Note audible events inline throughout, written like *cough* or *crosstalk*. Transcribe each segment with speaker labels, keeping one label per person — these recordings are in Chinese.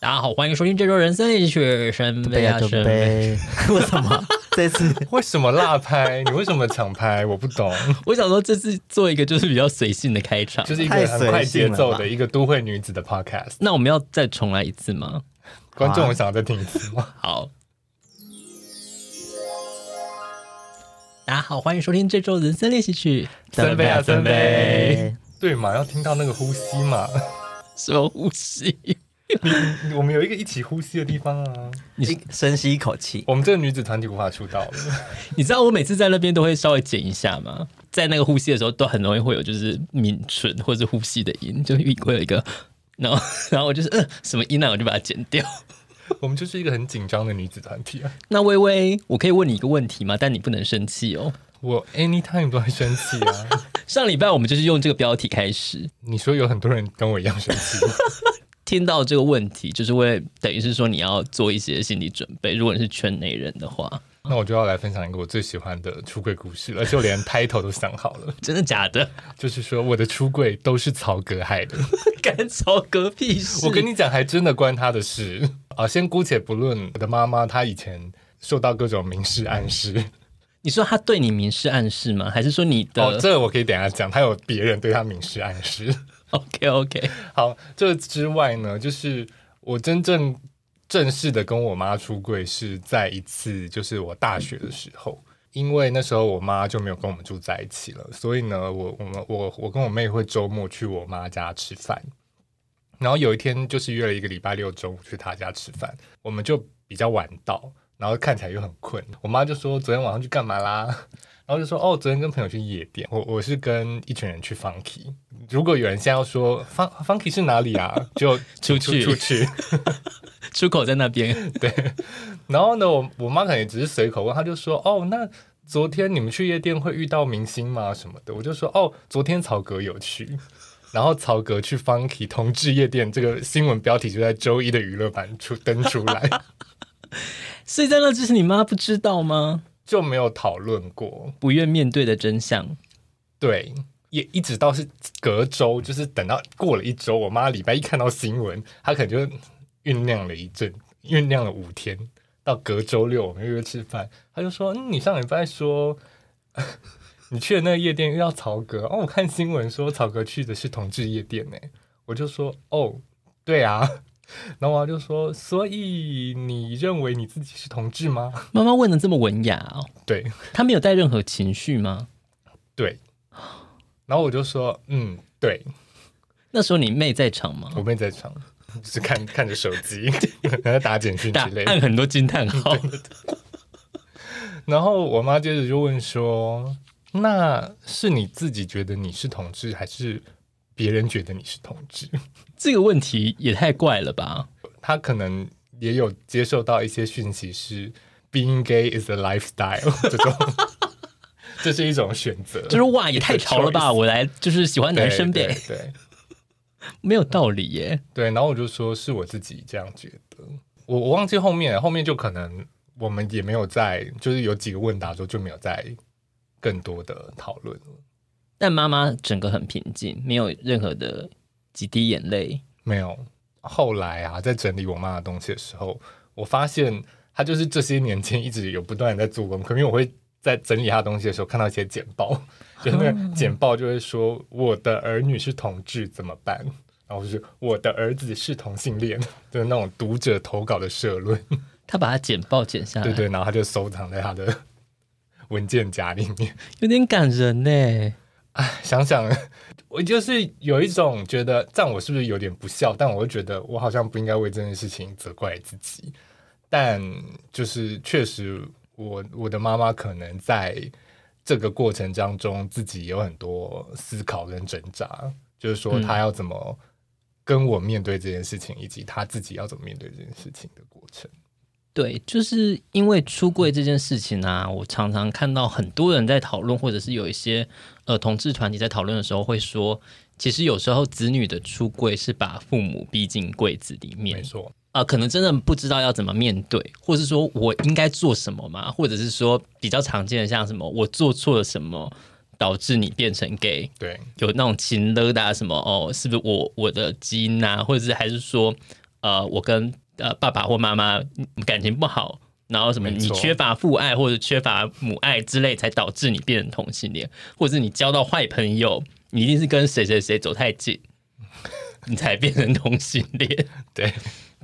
Speaker 1: 大家好，欢迎收听这周人生一曲神
Speaker 2: 对
Speaker 1: 杯
Speaker 2: 呀，
Speaker 1: 啊
Speaker 2: 准
Speaker 1: 神杯。
Speaker 2: 备。为什 *laughs* 么这次
Speaker 3: 为什么辣拍？你为什么抢拍？我
Speaker 2: *laughs*
Speaker 3: 不懂，
Speaker 1: 我想说这次做一个就是比较随性的开场，
Speaker 3: 就是一
Speaker 2: 太
Speaker 3: 个
Speaker 2: 随
Speaker 3: 很快
Speaker 2: 性
Speaker 3: 节
Speaker 2: 了
Speaker 3: 奏
Speaker 2: 吧
Speaker 3: 的一个都会女子的 podcast。
Speaker 1: 那我们要再重来一次吗？
Speaker 3: 观众想要再听一次
Speaker 2: *laughs*
Speaker 3: 吗？
Speaker 1: 好。大家好，欢迎收听这周人生练习曲。
Speaker 3: 三杯啊三杯
Speaker 2: 杯，
Speaker 3: 对嘛，要听到那个呼吸嘛。 *laughs*
Speaker 1: 什么呼吸？
Speaker 3: 我们有一个一起呼吸的地方啊。
Speaker 2: 一深吸一口气。
Speaker 3: 我们这个女子团体无法出道了， *laughs*
Speaker 1: 你知道我每次在那边都会稍微剪一下吗？在那个呼吸的时候，都很容易会有就是抿唇或者是呼吸的音，就会有一个，然后然后我就是嗯、呃、什么音呢、我就把它剪掉。
Speaker 3: 我们就是一个很紧张的女子团体啊。
Speaker 1: 那微微，我可以问你一个问题吗？但你不能生气
Speaker 3: *laughs*
Speaker 1: 哦。
Speaker 3: 我 anytime 都在生气啊。 *laughs*
Speaker 1: 上礼拜我们就是用这个标题开始，
Speaker 3: 你说有很多人跟我一样生气，
Speaker 1: 听到这个问题，就是为等于是说你要做一些心理准备。如果你是圈内人的话，
Speaker 3: *laughs* 那我就要来分享一个我最喜欢的出柜故事了，就连 title 都想好了，
Speaker 1: 真的假的？ *laughs*
Speaker 3: 就是说我的出柜都是曹格害的。
Speaker 1: 干草嗝屁事！
Speaker 3: *laughs* 我跟你讲，还真的关他的事 *laughs* 啊！先姑且不论我的妈妈，她以前受到各种明示暗示。
Speaker 1: 你说他对你明示暗示吗？还是说你的、
Speaker 3: 哦，
Speaker 1: *laughs*
Speaker 3: 这我可以等一下讲，她有别人对她明示暗示。 *laughs*
Speaker 1: OK OK？
Speaker 3: 好，这之外呢，就是我真正正式的跟我妈出柜是在一次，就是我大学的时候。因为那时候我妈就没有跟我们住在一起了，所以呢，我我们我我跟我妹会周末去我妈家吃饭，然后有一天就是约了一个礼拜六中午去她家吃饭，我们就比较晚到，然后看起来又很困，我妈就说昨天晚上去干嘛啦？ *laughs* 然后就说哦，昨天跟朋友去夜店，我我是跟一群人去 Funky。如果有人现在要说 Fun Funky 是哪里啊，就
Speaker 1: 出
Speaker 3: 出
Speaker 1: 去
Speaker 3: 出去。
Speaker 1: 出口在那
Speaker 3: *laughs*
Speaker 1: 边，
Speaker 3: 然后呢，我我妈可能也只是随口问，她就说：“哦，那昨天你们去夜店会遇到明星吗？什么的？”我就说：“哦，昨天曹格有去。” *laughs* 然后曹格去 Funky 同志夜店这个新闻标题就在周一的娱乐版出登出来，
Speaker 1: 所以在那之前，你妈不知道吗？
Speaker 3: 就没有讨论过。
Speaker 1: 不愿面对的真相。
Speaker 3: 对，也一直到是隔周，就是等到过了一周，我妈礼拜一看到新闻，她可能就酝酿了一阵，酝酿了五天，到隔周六我们约吃饭，她就说：“嗯，你上礼拜说 *laughs* 你去的那个夜店遇到曹格，哦，我看新闻说曹格去的是同志夜店呢。”欸我就说：“哦，对啊。” *laughs* 然后我妈就说：“所以你认为你自己是同志吗 *laughs*
Speaker 1: 妈妈问的这么文雅哦，？”
Speaker 3: 对
Speaker 1: 她没有带任何情绪吗？
Speaker 3: 对，然后我就说：“嗯，对。”
Speaker 1: 那时候你妹在场吗？
Speaker 3: 我妹在场，就是看看着手
Speaker 1: *laughs*
Speaker 3: 机，然后打简讯
Speaker 1: 打
Speaker 3: 之类
Speaker 1: 按
Speaker 3: 的。
Speaker 1: 很多惊叹号，
Speaker 3: 然后我妈接着就问说：“那是你自己觉得你是同志，还是别人觉得你是同志 *laughs*
Speaker 1: 这个问题也太怪了吧？？”
Speaker 3: 她可能也有接受到一些讯息是 “being gay is a lifestyle” *laughs* 这种，这是一种选择，
Speaker 1: 就是哇，也太潮了吧！ *laughs*
Speaker 3: choice
Speaker 1: 我来就是喜欢男生
Speaker 3: 对
Speaker 1: 呗，
Speaker 3: 对对
Speaker 1: 没有道理耶。
Speaker 3: 对，然后我就说是我自己这样觉得，我我忘记后面了，后面就可能我们也没有在，就是有几个问答之后就没有再更多的讨论了，
Speaker 1: 但妈妈整个很平静，没有任何的几滴眼泪。
Speaker 3: 没有。后来啊，在整理我妈的东西的时候，我发现她就是这些年间一直有不断的在做功课，因为我会在整理她的东西的时候看到一些简报， *laughs* 就是那个简报就会说我的儿女是同志怎么办，然后就是我的儿子是同性恋， *laughs* 就是那种读者投稿的社论。
Speaker 1: 她把它剪报剪下来，
Speaker 3: 对对，然后他就收藏在他的 *laughs* 文件夹里面。
Speaker 1: 有点感人呢。
Speaker 3: 想想，我就是有一种觉得，这样我是不是有点不孝？但我会觉得，我好像不应该为这件事情责怪自己。但就是确实我，我的妈妈可能在这个过程当中，自己有很多思考跟挣扎，就是说
Speaker 1: 嗯
Speaker 3: 她要怎么跟我面对这件事情，以及她自己要怎么面对这件事情的过程。
Speaker 1: 对，就是因为出柜这件事情啊，我常常看到很多人在讨论，或者是有一些呃同志团体在讨论的时候会说，其实有时候子女的出柜是把父母逼进柜子里面
Speaker 3: 没，错，
Speaker 1: 啊、可能真的不知道要怎么面对，或是说我应该做什么嘛，或者是说比较常见的像什么我做错了什么导致你变成 gay，
Speaker 3: 对
Speaker 1: 有那种情勒的、啊、什么哦，是不是我我的基因啊，或者是还是说呃，我跟呃爸爸或妈妈嗯感情不好，然后什么
Speaker 3: 没
Speaker 1: 你
Speaker 3: 错
Speaker 1: 缺乏父爱或者缺乏母爱之类，才导致你变成同性恋，或者是你交到坏朋友，你一定是跟谁谁谁走太近， *laughs* 你才变成同性恋。
Speaker 3: 对，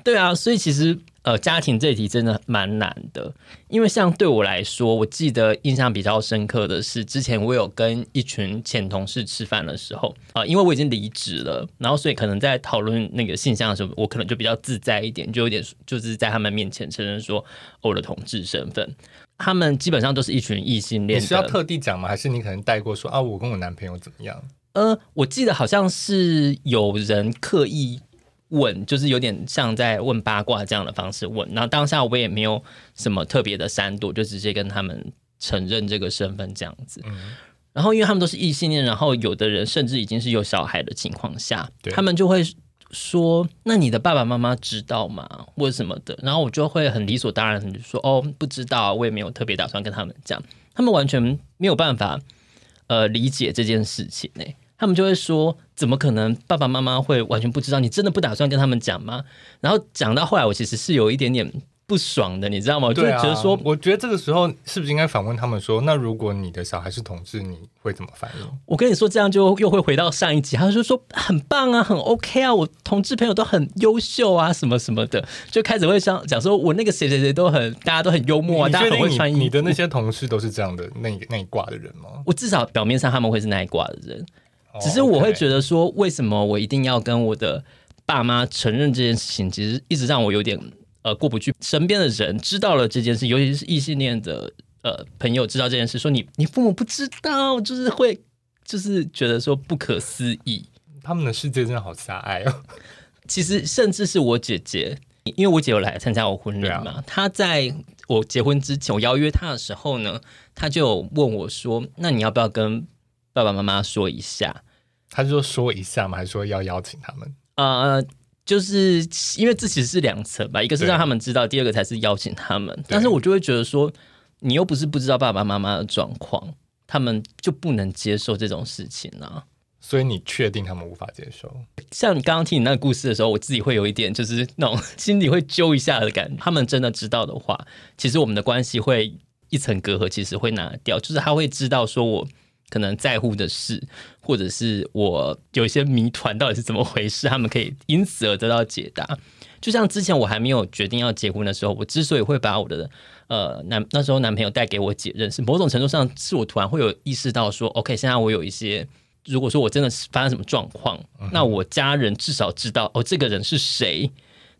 Speaker 1: 对啊，所以其实呃，家庭这一题真的蛮难的，因为像对我来说，我记得印象比较深刻的是，之前我有跟一群前同事吃饭的时候，啊、因为我已经离职了，然后所以可能在讨论那个性向的时候，我可能就比较自在一点，就有点就是在他们面前承认说哦我的同志身份。他们基本上都是一群异性
Speaker 3: 你
Speaker 1: 恋的，
Speaker 3: 是要特地讲吗？还是你可能带过说啊，我跟我男朋友怎么样？
Speaker 1: 呃，我记得好像是有人刻意问，就是有点像在问八卦这样的方式问。然后当下我也没有什么特别的闪躲，就直接跟他们承认这个身份这样子。然后因为他们都是异性恋，然后有的人甚至已经是有小孩的情况下，
Speaker 3: 对
Speaker 1: 他们就会。说，那你的爸爸妈妈知道吗？或者什么的？然后我就会很理所当然的说，哦，不知道，我也没有特别打算跟他们讲。他们完全没有办法，呃理解这件事情呢、他们就会说，怎么可能爸爸妈妈会完全不知道？你真的不打算跟他们讲吗？然后讲到后来，我其实是有一点点不爽的，你知道吗？我就
Speaker 3: 对
Speaker 1: 会
Speaker 3: 啊，
Speaker 1: 觉得说，
Speaker 3: 我觉得这个时候是不是应该反问他们说，那如果你的小孩是同志，你会怎么反应？
Speaker 1: 我跟你说，这样就又会回到上一集，他就说很棒啊，很 OK 啊，我同志朋友都很优秀啊，什么什么的，就开始会像讲说我那个谁谁谁都很，大家都很幽默啊，
Speaker 3: 你
Speaker 1: 大
Speaker 3: 确
Speaker 1: 家很
Speaker 3: 定
Speaker 1: 会
Speaker 3: 你
Speaker 1: 穿衣服。
Speaker 3: 你的那些同事都是这样的那一那一挂的人吗？
Speaker 1: 我至少表面上他们会是那一挂的人， *laughs* 只是
Speaker 3: 哦
Speaker 1: 我会
Speaker 3: ，OK
Speaker 1: 觉得说，为什么我一定要跟我的爸妈承认这件事情？其实一直让我有点呃过不去。身边的人知道了这件事，尤其是异性恋的呃朋友知道这件事，说你你父母不知道，就是会就是觉得说不可思议。
Speaker 3: 他们的世界真的好狭隘哦。
Speaker 1: 其实甚至是我姐姐，因为我姐有来参加我婚礼
Speaker 3: 对啊
Speaker 1: 嘛，她在我结婚之前，我邀约她的时候呢，她就有问我说：“那你要不要跟爸爸妈妈说一下
Speaker 3: 他就说说一下嘛，还是说要邀请他们？？”
Speaker 1: 呃，就是因为这其实是两层吧，一个是
Speaker 3: 对
Speaker 1: 让他们知道，第二个才是邀请他们。但是我就会觉得说，你又不是不知道爸爸妈妈的状况，他们就不能接受这种事情啊。
Speaker 3: 所以你确定他们无法接受？
Speaker 1: 像你刚刚听你那个故事的时候，我自己会有一点就是那种心里会揪一下的感觉。他们真的知道的话，其实我们的关系会一层隔阂，其实会拿掉，就是他会知道说我可能在乎的事，或者是我有一些谜团到底是怎么回事，他们可以因此而得到解答。就像之前我还没有决定要结婚的时候，我之所以会把我的呃男那时候男朋友带给我姐认识，某种程度上是我突然会有意识到说，OK，现在我有一些，如果说我真的是发生什么状况，那我家人至少知道哦这个人是谁，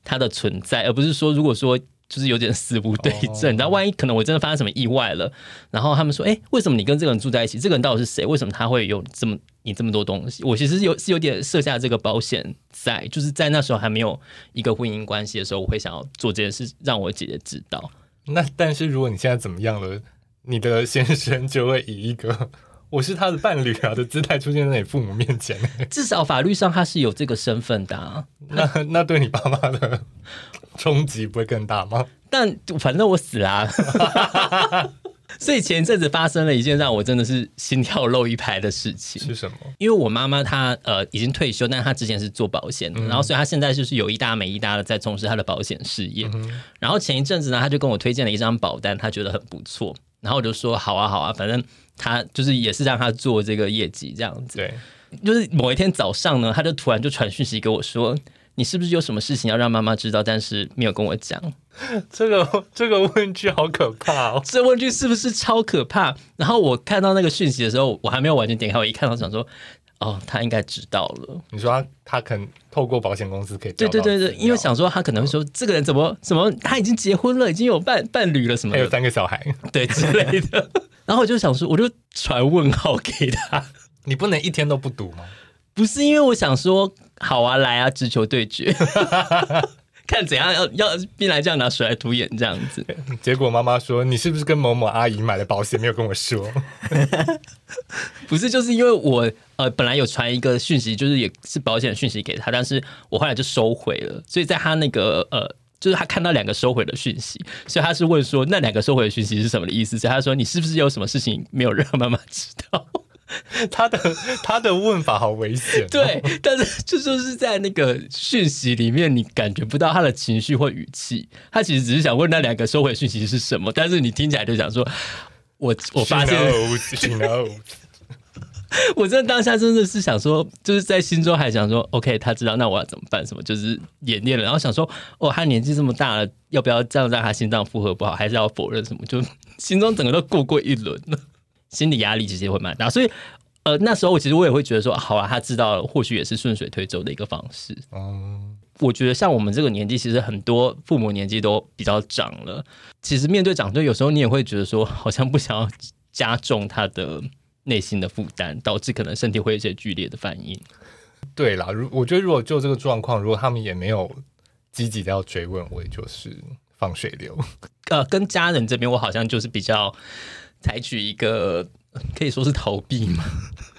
Speaker 1: 他的存在，而不是说如果说。就是有点死无对证，然后万一可能我真的发生什么意外了，然后他们说：“哎、为什么你跟这个人住在一起？这个人到底是谁？为什么他会有这么你这么多东西？”我其实是有是有点设下这个保险在，就是在那时候还没有一个婚姻关系的时候，我会想要做这件事，让我姐姐知道。
Speaker 3: 那但是如果你现在怎么样了，你的先生就会以一个 *laughs* 我是他的伴侣啊的姿态出现在你父母面前。
Speaker 1: 至少法律上他是有这个身份的、啊，
Speaker 3: 那 *laughs* 那对你爸妈的冲击不会更大吗？
Speaker 1: 但反正我死啦、 *laughs* 所以前一阵子发生了一件让我真的是心跳漏一拍的事情，
Speaker 3: 是什么？
Speaker 1: 因为我妈妈她呃已经退休，但是她之前是做保险
Speaker 3: 嗯
Speaker 1: 的，然后所以她现在就是有一搭没一搭的在从事她的保险事
Speaker 3: 嗯
Speaker 1: 业。然后前一阵子呢，她就跟我推荐了一张保单，她觉得很不错，然后我就说好啊好啊，反正她就是也是让她做这个业绩这样子。
Speaker 3: 对，
Speaker 1: 就是某一天早上呢，她就突然就传讯息给我说。你是不是有什么事情要让妈妈知道，但是没有跟我讲？
Speaker 3: 这个这个问句好可怕哦。
Speaker 1: 这问句是不是超可怕？然后我看到那个讯息的时候，我还没有完全点开，我一看到想说，哦，她应该知道了。
Speaker 3: 你说他他肯透过保险公司可以
Speaker 1: 对
Speaker 3: 调
Speaker 1: 对
Speaker 3: 到
Speaker 1: 对对，
Speaker 3: 资料
Speaker 1: 因为想说他可能会说这个人怎么怎么他已经结婚了，已经有伴伴侣了什么
Speaker 3: 还有
Speaker 1: 的，
Speaker 3: 三个小孩，
Speaker 1: *laughs* 对之类的。哎 *laughs* 然后我就想说，我就传问号给他，
Speaker 3: 你不能一天都不读吗？
Speaker 1: 不是因为我想说好啊，来啊，直球对决， *laughs* 看怎样要要兵来将挡，水来土掩这样子。
Speaker 3: 结果妈妈说你是不是跟某某阿姨买的保险没有跟我说？ *laughs*
Speaker 1: *laughs* 不是，就是因为我呃本来有传一个讯息，就是也是保险讯息给他，但是我后来就收回了，所以在他那个呃。就是他看到两个收回的讯息，所以他是问说那两个收回的讯息是什么的意思？所以他说你是不是有什么事情没有让妈妈知道？
Speaker 3: 他的他的问法好危险、哦。
Speaker 1: 对，但是这就是在那个讯息里面，你感觉不到他的情绪或语气。他其实只是想问那两个收回讯息是什么，但是你听起来就想说，我我发现
Speaker 3: She knows, she knows *laughs*
Speaker 1: *laughs* 我真的当下真的是想说，就是在心中还想说，OK，他知道，那我要怎么办？什么就是演练了，然后想说，哦，他年纪这么大了，要不要这样让他心脏负荷不好，还是要否认什么？就心中整个都过过一轮了，心理压力其实也会蛮大，所以。呃，那时候我其实我也会觉得说，啊好啊，他知道了，或许也是顺水推舟的一个方式。
Speaker 3: 嗯，
Speaker 1: 我觉得像我们这个年纪，其实很多父母年纪都比较长了。其实面对长辈，有时候你也会觉得说，好像不想要加重他的内心的负担，导致可能身体会有一些剧烈的反应。
Speaker 3: 对啦，如我觉得如果就这个状况，如果他们也没有积极的要追问，我也就是放水流。
Speaker 1: 呃，跟家人这边，我好像就是比较采取一个可以说是逃避嘛， *laughs*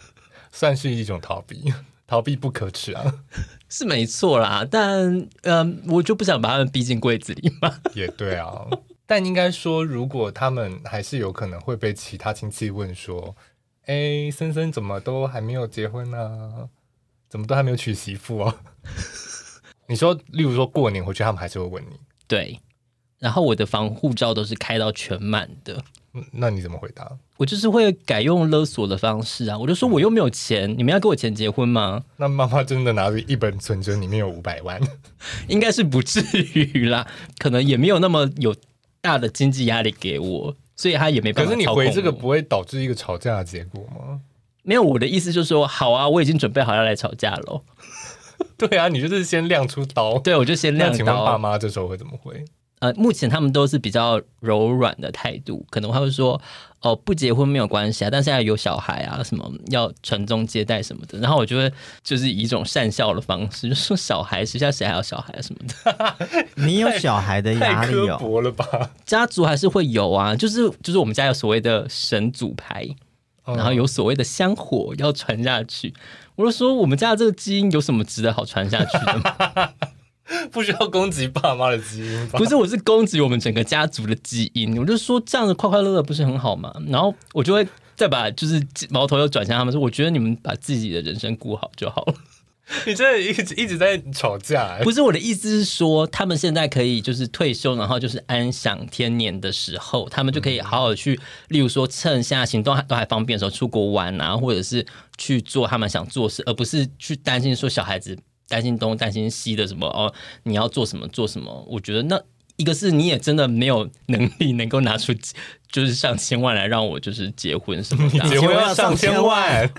Speaker 3: 算是一种逃避， *laughs* 逃避不可耻啊， *laughs*
Speaker 1: 是没错啦。但嗯、我就不想把他们逼进柜子里嘛。
Speaker 3: 也对啊。但应该说，如果他们还是有可能会被其他亲戚问说：“哎，森森怎么都还没有结婚啊？怎么都还没有娶媳妇啊？” *laughs* 你说，例如说过年回去，他们还是会问你，
Speaker 1: 对，然后我的防护罩都是开到全满的。
Speaker 3: 嗯那你怎么回答？
Speaker 1: 我就是会改用勒索的方式啊，我就
Speaker 3: 嗯
Speaker 1: 说我又没有钱，你们要给我钱结婚吗？
Speaker 3: 那妈妈真的拿着一本存折，里面有五百 *laughs* 万，
Speaker 1: 应该是不至于啦，可能也没有那么有大的经济压力给我，所以他也没办
Speaker 3: 可
Speaker 1: 法
Speaker 3: 是
Speaker 1: 操控
Speaker 3: 你
Speaker 1: 我。
Speaker 3: 回这个不会导致一个吵架的结果吗？
Speaker 1: 没有我的意思就是说，好啊，我已经准备好要来吵架了。
Speaker 3: *laughs* 对啊，你就是先亮出刀。
Speaker 1: 对，我就先
Speaker 3: 那
Speaker 1: 亮
Speaker 3: 请问爸
Speaker 1: 刀。
Speaker 3: 妈这时候会怎么回？
Speaker 1: 呃，目前他们都是比较柔软的态度，可能他会说，哦、不结婚没有关系啊，但现在有小孩啊，什么要传宗接代什么的。然后我就会就是以一种善笑的方式，就说小孩，谁家谁还有小孩啊什么的。
Speaker 2: *laughs* 你有小孩的压
Speaker 3: 太
Speaker 2: 力
Speaker 3: 刻
Speaker 2: 哦，
Speaker 3: 薄了吧？
Speaker 1: 家族还是会有啊，就是就是我们家有所谓的神主牌，
Speaker 3: 嗯
Speaker 1: 然后有所谓的香火要传下去。我就说我们家的这个基因有什么值得好传下去的吗？
Speaker 3: 不需要攻击爸妈的基因吧？
Speaker 1: 不是，我是攻击我们整个家族的基因。我就说这样子快快乐乐不是很好吗？然后我就会再把就是矛头又转向他们说，我觉得你们把自己的人生顾好就好了。
Speaker 3: 你真的一直一直在吵架、欸，
Speaker 1: 不是我的意思是说，他们现在可以就是退休，然后就是安享天年的时候，他们就可以好好去，例如说趁现在行动还都还方便的时候出国玩啊，或者是去做他们想做的事，而不是去担心说小孩子担心东担心西的什么哦，你要做什么做什么。我觉得那一个是你也真的没有能力能够拿出就是上千万来让我就是结婚什么的
Speaker 3: *laughs*
Speaker 1: 啊、
Speaker 3: 结婚要上千万。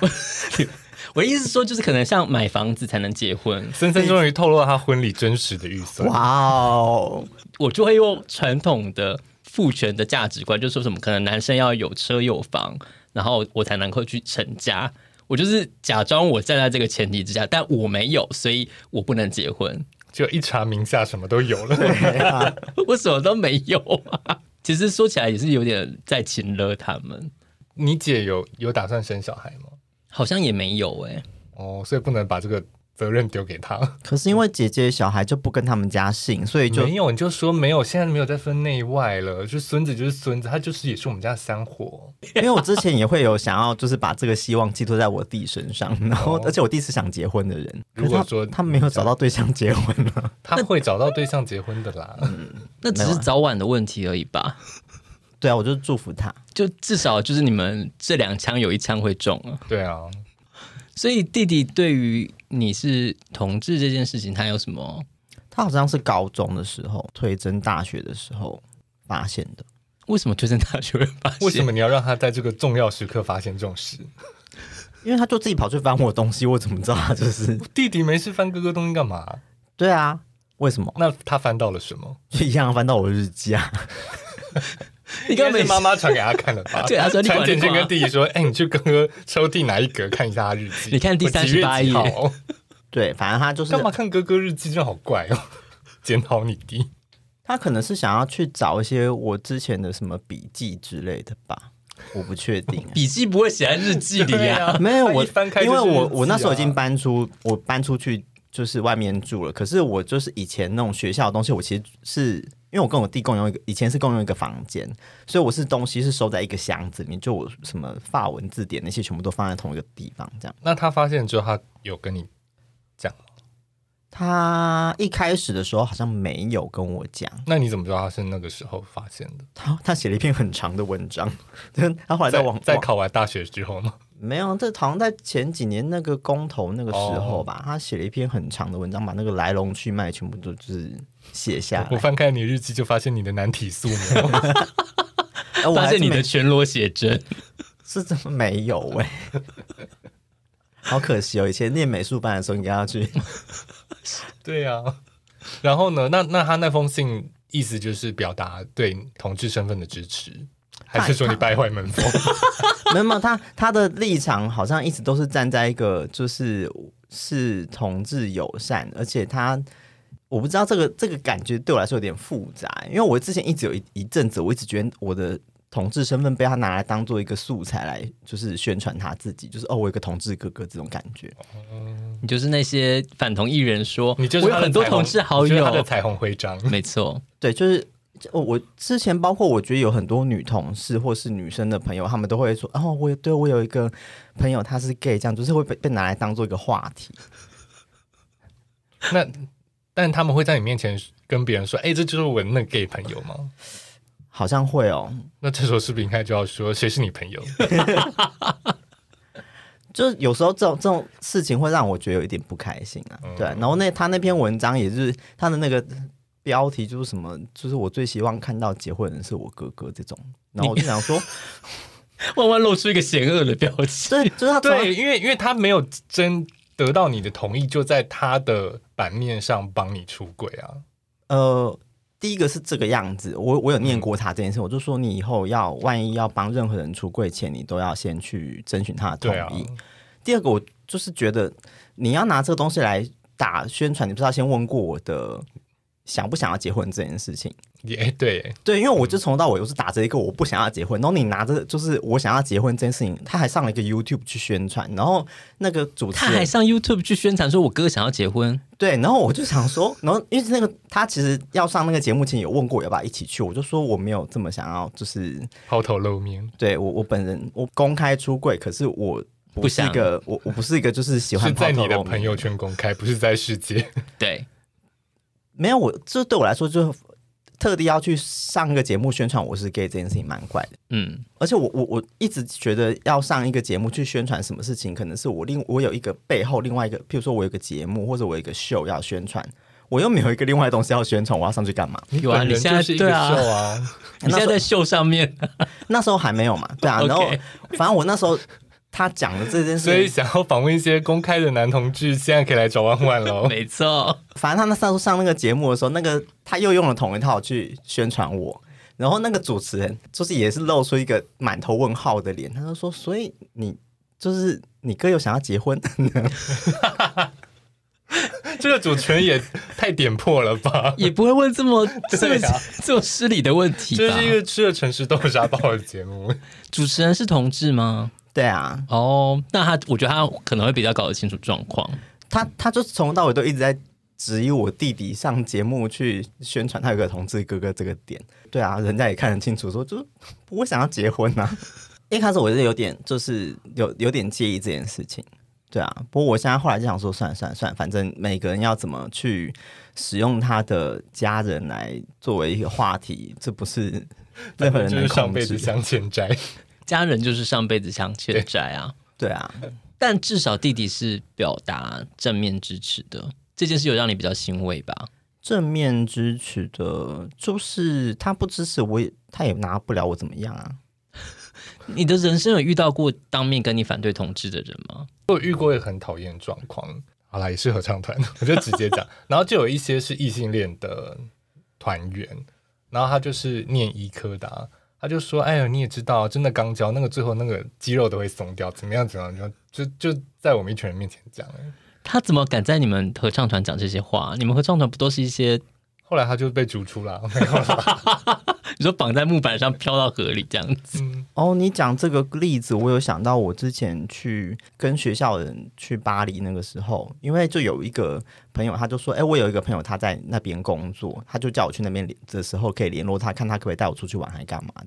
Speaker 1: 我的意思是说，就是可能像买房子才能结婚，
Speaker 3: *laughs* 森森终于透露了他婚礼真实的预算。
Speaker 2: 哇哦，
Speaker 1: 我就会用传统的父权的价值观，就说什么可能男生要有车有房，然后我才能够去成家。我就是假装我站在这个前提之下，但我没有，所以我不能结婚， *laughs*
Speaker 3: 就一查名下什么都有了。
Speaker 1: 我什么都没有啊。其实说起来也是有点在情勒他们，
Speaker 3: 你姐有有打算生小孩吗？
Speaker 1: 好像也没有哎、
Speaker 3: 哦，所以不能把这个责任丢给她。
Speaker 2: 可是因为姐姐小孩就不跟他们家姓，所以就
Speaker 3: 没有，你就说没有，现在没有在分内外了，就孙子就是孙子，他就是也是我们家的香火。
Speaker 2: 因为我之前也会有想要，就是把这个希望寄托在我弟身上，然后、而且我弟是想结婚的人，可是
Speaker 3: 哦如果
Speaker 2: 他
Speaker 3: 说
Speaker 2: 他没有找到对象结婚啊，
Speaker 3: 他会找到对象结婚的啦。
Speaker 1: 那只
Speaker 2: 没
Speaker 1: 是
Speaker 2: 有啊
Speaker 1: 早晚的问题而已吧。
Speaker 2: 对啊，我就祝福他。
Speaker 1: 就至少就是你们这两枪有一枪会中啊。
Speaker 3: 对啊，
Speaker 1: 所以弟弟对于你是同志这件事情，他有什么
Speaker 2: 他好像是高中的时候推甄大学的时候发现的，
Speaker 1: 为什么推荐大学会发现？
Speaker 3: 为什么你要让他在这个重要时刻发现这种事？
Speaker 2: 因为他就自己跑去翻我东西，我怎么知道他就是？ *laughs*
Speaker 3: 弟弟没事翻哥哥东西干嘛？
Speaker 2: 对啊，为什么？
Speaker 3: 那他翻到了什么？
Speaker 2: 就一样翻到我日记啊，
Speaker 1: 你刚刚
Speaker 3: 应该
Speaker 1: 没
Speaker 3: 是妈妈传给他看了吧
Speaker 1: *laughs* ？对他说你管
Speaker 3: 传简
Speaker 1: 你
Speaker 3: 讯
Speaker 1: 管
Speaker 3: 跟弟弟说：“哎、你去哥哥抽屉哪一格看一下他日记。”
Speaker 1: 你看第
Speaker 3: 我几月
Speaker 1: 38
Speaker 3: 几号
Speaker 1: 页
Speaker 3: 哦
Speaker 2: *laughs* 对，反正他就是
Speaker 3: 干嘛看哥哥日记？真的好怪哦， *laughs* 检讨你弟。
Speaker 2: 他可能是想要去找一些我之前的什么笔记之类的吧，我不确
Speaker 3: *laughs*
Speaker 2: 定、欸。
Speaker 1: 笔记不会写在日记里
Speaker 3: 对
Speaker 1: 呀、
Speaker 3: 啊
Speaker 2: 没有
Speaker 3: 他一
Speaker 2: 我
Speaker 3: 翻开，
Speaker 2: 因为
Speaker 3: 就是
Speaker 2: 我
Speaker 3: 日记
Speaker 2: 我那时候已经
Speaker 3: 啊
Speaker 2: 搬出，我搬出去就是外面住了。可是我就是以前那种学校的东西，我其实是因因为我跟我弟共用一个，以前是共用一个房间，所以我是东西是收在一个箱子里面，就我什么法文字典那些全部都放在同一个地方，这样。
Speaker 3: 那他发现之后，他有跟你讲吗，
Speaker 2: 他一开始的时候好像没有跟我讲，
Speaker 3: 那你怎么知道他是那个时候发现的？
Speaker 2: 他他写了一篇很长的文章， *laughs* 他后来在网
Speaker 3: 在
Speaker 2: 网
Speaker 3: 考完大学之后吗？
Speaker 2: 没有，啊这好像在前几年那个公投那个时候
Speaker 3: 哦
Speaker 2: 吧，
Speaker 1: 嗯
Speaker 2: 他写了一篇很长的文章，把那个来龙去脉全部都就是写下
Speaker 1: *laughs*
Speaker 3: 我
Speaker 2: 来。
Speaker 3: 翻开你日记，就发现你的难题素描。
Speaker 2: 哎，我
Speaker 1: 发
Speaker 2: 还是
Speaker 1: 现你
Speaker 2: 没
Speaker 1: 的全裸写真，
Speaker 2: 是真的没有哎、 *laughs* 好可惜哦！以前念美术班的时候，应该要去。
Speaker 3: 对呀、然后呢？那那他那封信意思就是表达对同志身份的支持，还是说你败坏门风？ *laughs*
Speaker 2: 没有没有，他他的立场好像一直都是站在一个就是是同志友善，而且他我不知道这个这个感觉对我来说有点复杂，因为我之前一直有一一阵子，我一直觉得我的同志身份被他拿来当做一个素材来，就是宣传他自己，就是哦，我有一个同志哥哥这种感觉。
Speaker 1: 你就是那些反同艺人说，
Speaker 3: 你就是
Speaker 1: 我
Speaker 3: 他
Speaker 1: 有
Speaker 3: 的
Speaker 1: 很多
Speaker 3: 彩虹
Speaker 1: 同事好
Speaker 3: 你就是他的
Speaker 1: 友，
Speaker 3: 彩虹徽章。
Speaker 1: 没错，
Speaker 2: 对，就是我我之前包括我觉得有很多女同事或是女生的朋友，她们都会说，哦，我有对我有一个朋友他是 gay，这样就是会被被拿来当做一个话题。
Speaker 3: 那但他们会在你面前跟别人说：“哎、这就是我那 gay 朋友吗
Speaker 2: 好像会哦，？”
Speaker 3: 那这时候是不是应该就要说谁是你
Speaker 1: *laughs*
Speaker 3: 朋友？
Speaker 2: 就是有时候这种这种事情会让我觉得有一点不开心啊。
Speaker 3: 嗯
Speaker 2: 对，然后那他那篇文章也是他的那个标题就是什么，就是我最希望看到结婚的人是我哥哥这种。然后我就想说，
Speaker 1: 万万露出一个险恶的表情。
Speaker 3: *laughs*
Speaker 2: 对，就是他从来
Speaker 3: 对，因为因为他没有真得到你的同意，就在他的版面上帮你出轨啊。
Speaker 2: 呃，第一个是这个样子，我我有念过他这件事，我就说你以后要万一要帮任何人出柜前，你都要先去征询他的同
Speaker 3: 对啊，
Speaker 2: 意。第二个，我就是觉得你要拿这个东西来打宣传，你不是要先问过我的想不想要结婚这件事情？
Speaker 3: 也、哎对，
Speaker 2: 对，因为我就从头到尾都是打着一个我不想要结婚，然后你拿着就是我想要结婚这件事情，他还上了一个 YouTube 去宣传，然后那个主持
Speaker 1: 他
Speaker 2: 人
Speaker 1: 还上 YouTube 去宣传说，我哥想要结婚，
Speaker 2: 对，然后我就想说，然后因为那个他其实要上那个节目前有问过我要不要一起去，我就说我没有这么想要，就是
Speaker 3: 抛头露面
Speaker 2: 对我我本人我公开出柜，可是我
Speaker 1: 不
Speaker 2: 不是
Speaker 1: 想
Speaker 2: 一个我我不是一个就是喜欢
Speaker 3: 是在
Speaker 2: 抛头
Speaker 3: 你的
Speaker 2: 露面
Speaker 3: 朋友圈公开，不是在世界。
Speaker 1: 对，
Speaker 2: 没有我这对我来说就是特地要去上一个节目宣传我是 gay 这件事情蛮怪的，
Speaker 1: 嗯，
Speaker 2: 而且我我我一直觉得要上一个节目去宣传什么事情，可能是我另我有一个背后另外一个，譬如说我有一个节目或者我有一个秀要宣传。我又没有一个另外的东西要宣传，我要上去干嘛？
Speaker 1: 有啊，
Speaker 3: 本
Speaker 1: 你
Speaker 3: 人
Speaker 1: 现在
Speaker 3: 就是一个
Speaker 1: 对
Speaker 3: 秀
Speaker 1: 啊，
Speaker 3: 啊，
Speaker 1: 你现在在秀上面，
Speaker 2: 那时候还没有嘛，对啊。然后
Speaker 1: OK
Speaker 2: 反正我那时候他讲的这件
Speaker 3: *laughs* 哦 *laughs* 所以
Speaker 2: 事情，
Speaker 3: 想要访问一些公开的男同志，现在可以来找万万哦 *laughs* 喽。
Speaker 1: 没错，！
Speaker 2: 反正他那时候上那个节目的时候，那个他又用了同一套去宣传我。然后那个主持人就是也是露出一个满头问号的脸，他就说：“所以你就是你哥有想要结婚？” *laughs*
Speaker 3: 这个主持人也太点破了吧 *laughs*
Speaker 1: 也不会问这么这么
Speaker 3: 对啊
Speaker 1: 这么失礼的问题
Speaker 3: 这
Speaker 1: 吧
Speaker 3: 是？一个吃了诚实豆沙包的节 *laughs* 目，
Speaker 1: 主持人是同志吗？
Speaker 2: 对啊，
Speaker 1: 哦，那他我觉得他可能会比较搞得清楚状况。
Speaker 2: 他他就从头到尾都一直在质疑我弟弟上节目去宣传他有个同志哥哥这个点。对啊，人家也看得清楚说，就是我想要结婚啊。 *laughs* 一开始我是有点就是有有点介意这件事情，对啊。不过我现在后来就想说，算了算了算了，反正每个人要怎么去使用他的家人来作为一个话题，这不 *laughs* 是任何人
Speaker 3: *laughs* 就
Speaker 2: 能
Speaker 3: 是上
Speaker 2: 控
Speaker 3: 辈子
Speaker 2: 制的。
Speaker 3: 相欠债。
Speaker 1: 家人就是上辈子相欠债啊，
Speaker 2: 对啊，
Speaker 1: 但至少弟弟是表达正面支持的，这件事有让你比较欣慰吧？
Speaker 2: 正面支持的，就是他不支持我也，他也拿不了我怎么样啊。
Speaker 1: 你的人生有遇到过当面跟你反对同志的人吗？
Speaker 3: 我遇过一个很讨厌的状况，好啦，也是合唱团，我就直接讲。然后就有一些是异性恋的团员，然后他就是念医科的、啊，他就说：“哎呀，你也知道，真的刚交那个最后那个肌肉都会松掉，怎么样怎么样，就就就在我们一群人面前讲。哎
Speaker 1: 他怎么敢在你们合唱团讲这些话？啊你们合唱团不都是一些
Speaker 3: 后
Speaker 2: *laughs*
Speaker 3: 来他就被逐出了，没有啦
Speaker 1: 你说绑在木板上飘到河里这样子？
Speaker 3: 嗯，
Speaker 2: 哦，你讲这个例子，我有想到我之前去跟学校的人去巴黎那个时候，因为就有一个朋友，他就说，哎、我有一个朋友他在那边工作，他就叫我去那边联的时候可以联络他，看他可不可以带我出去玩，还干嘛的。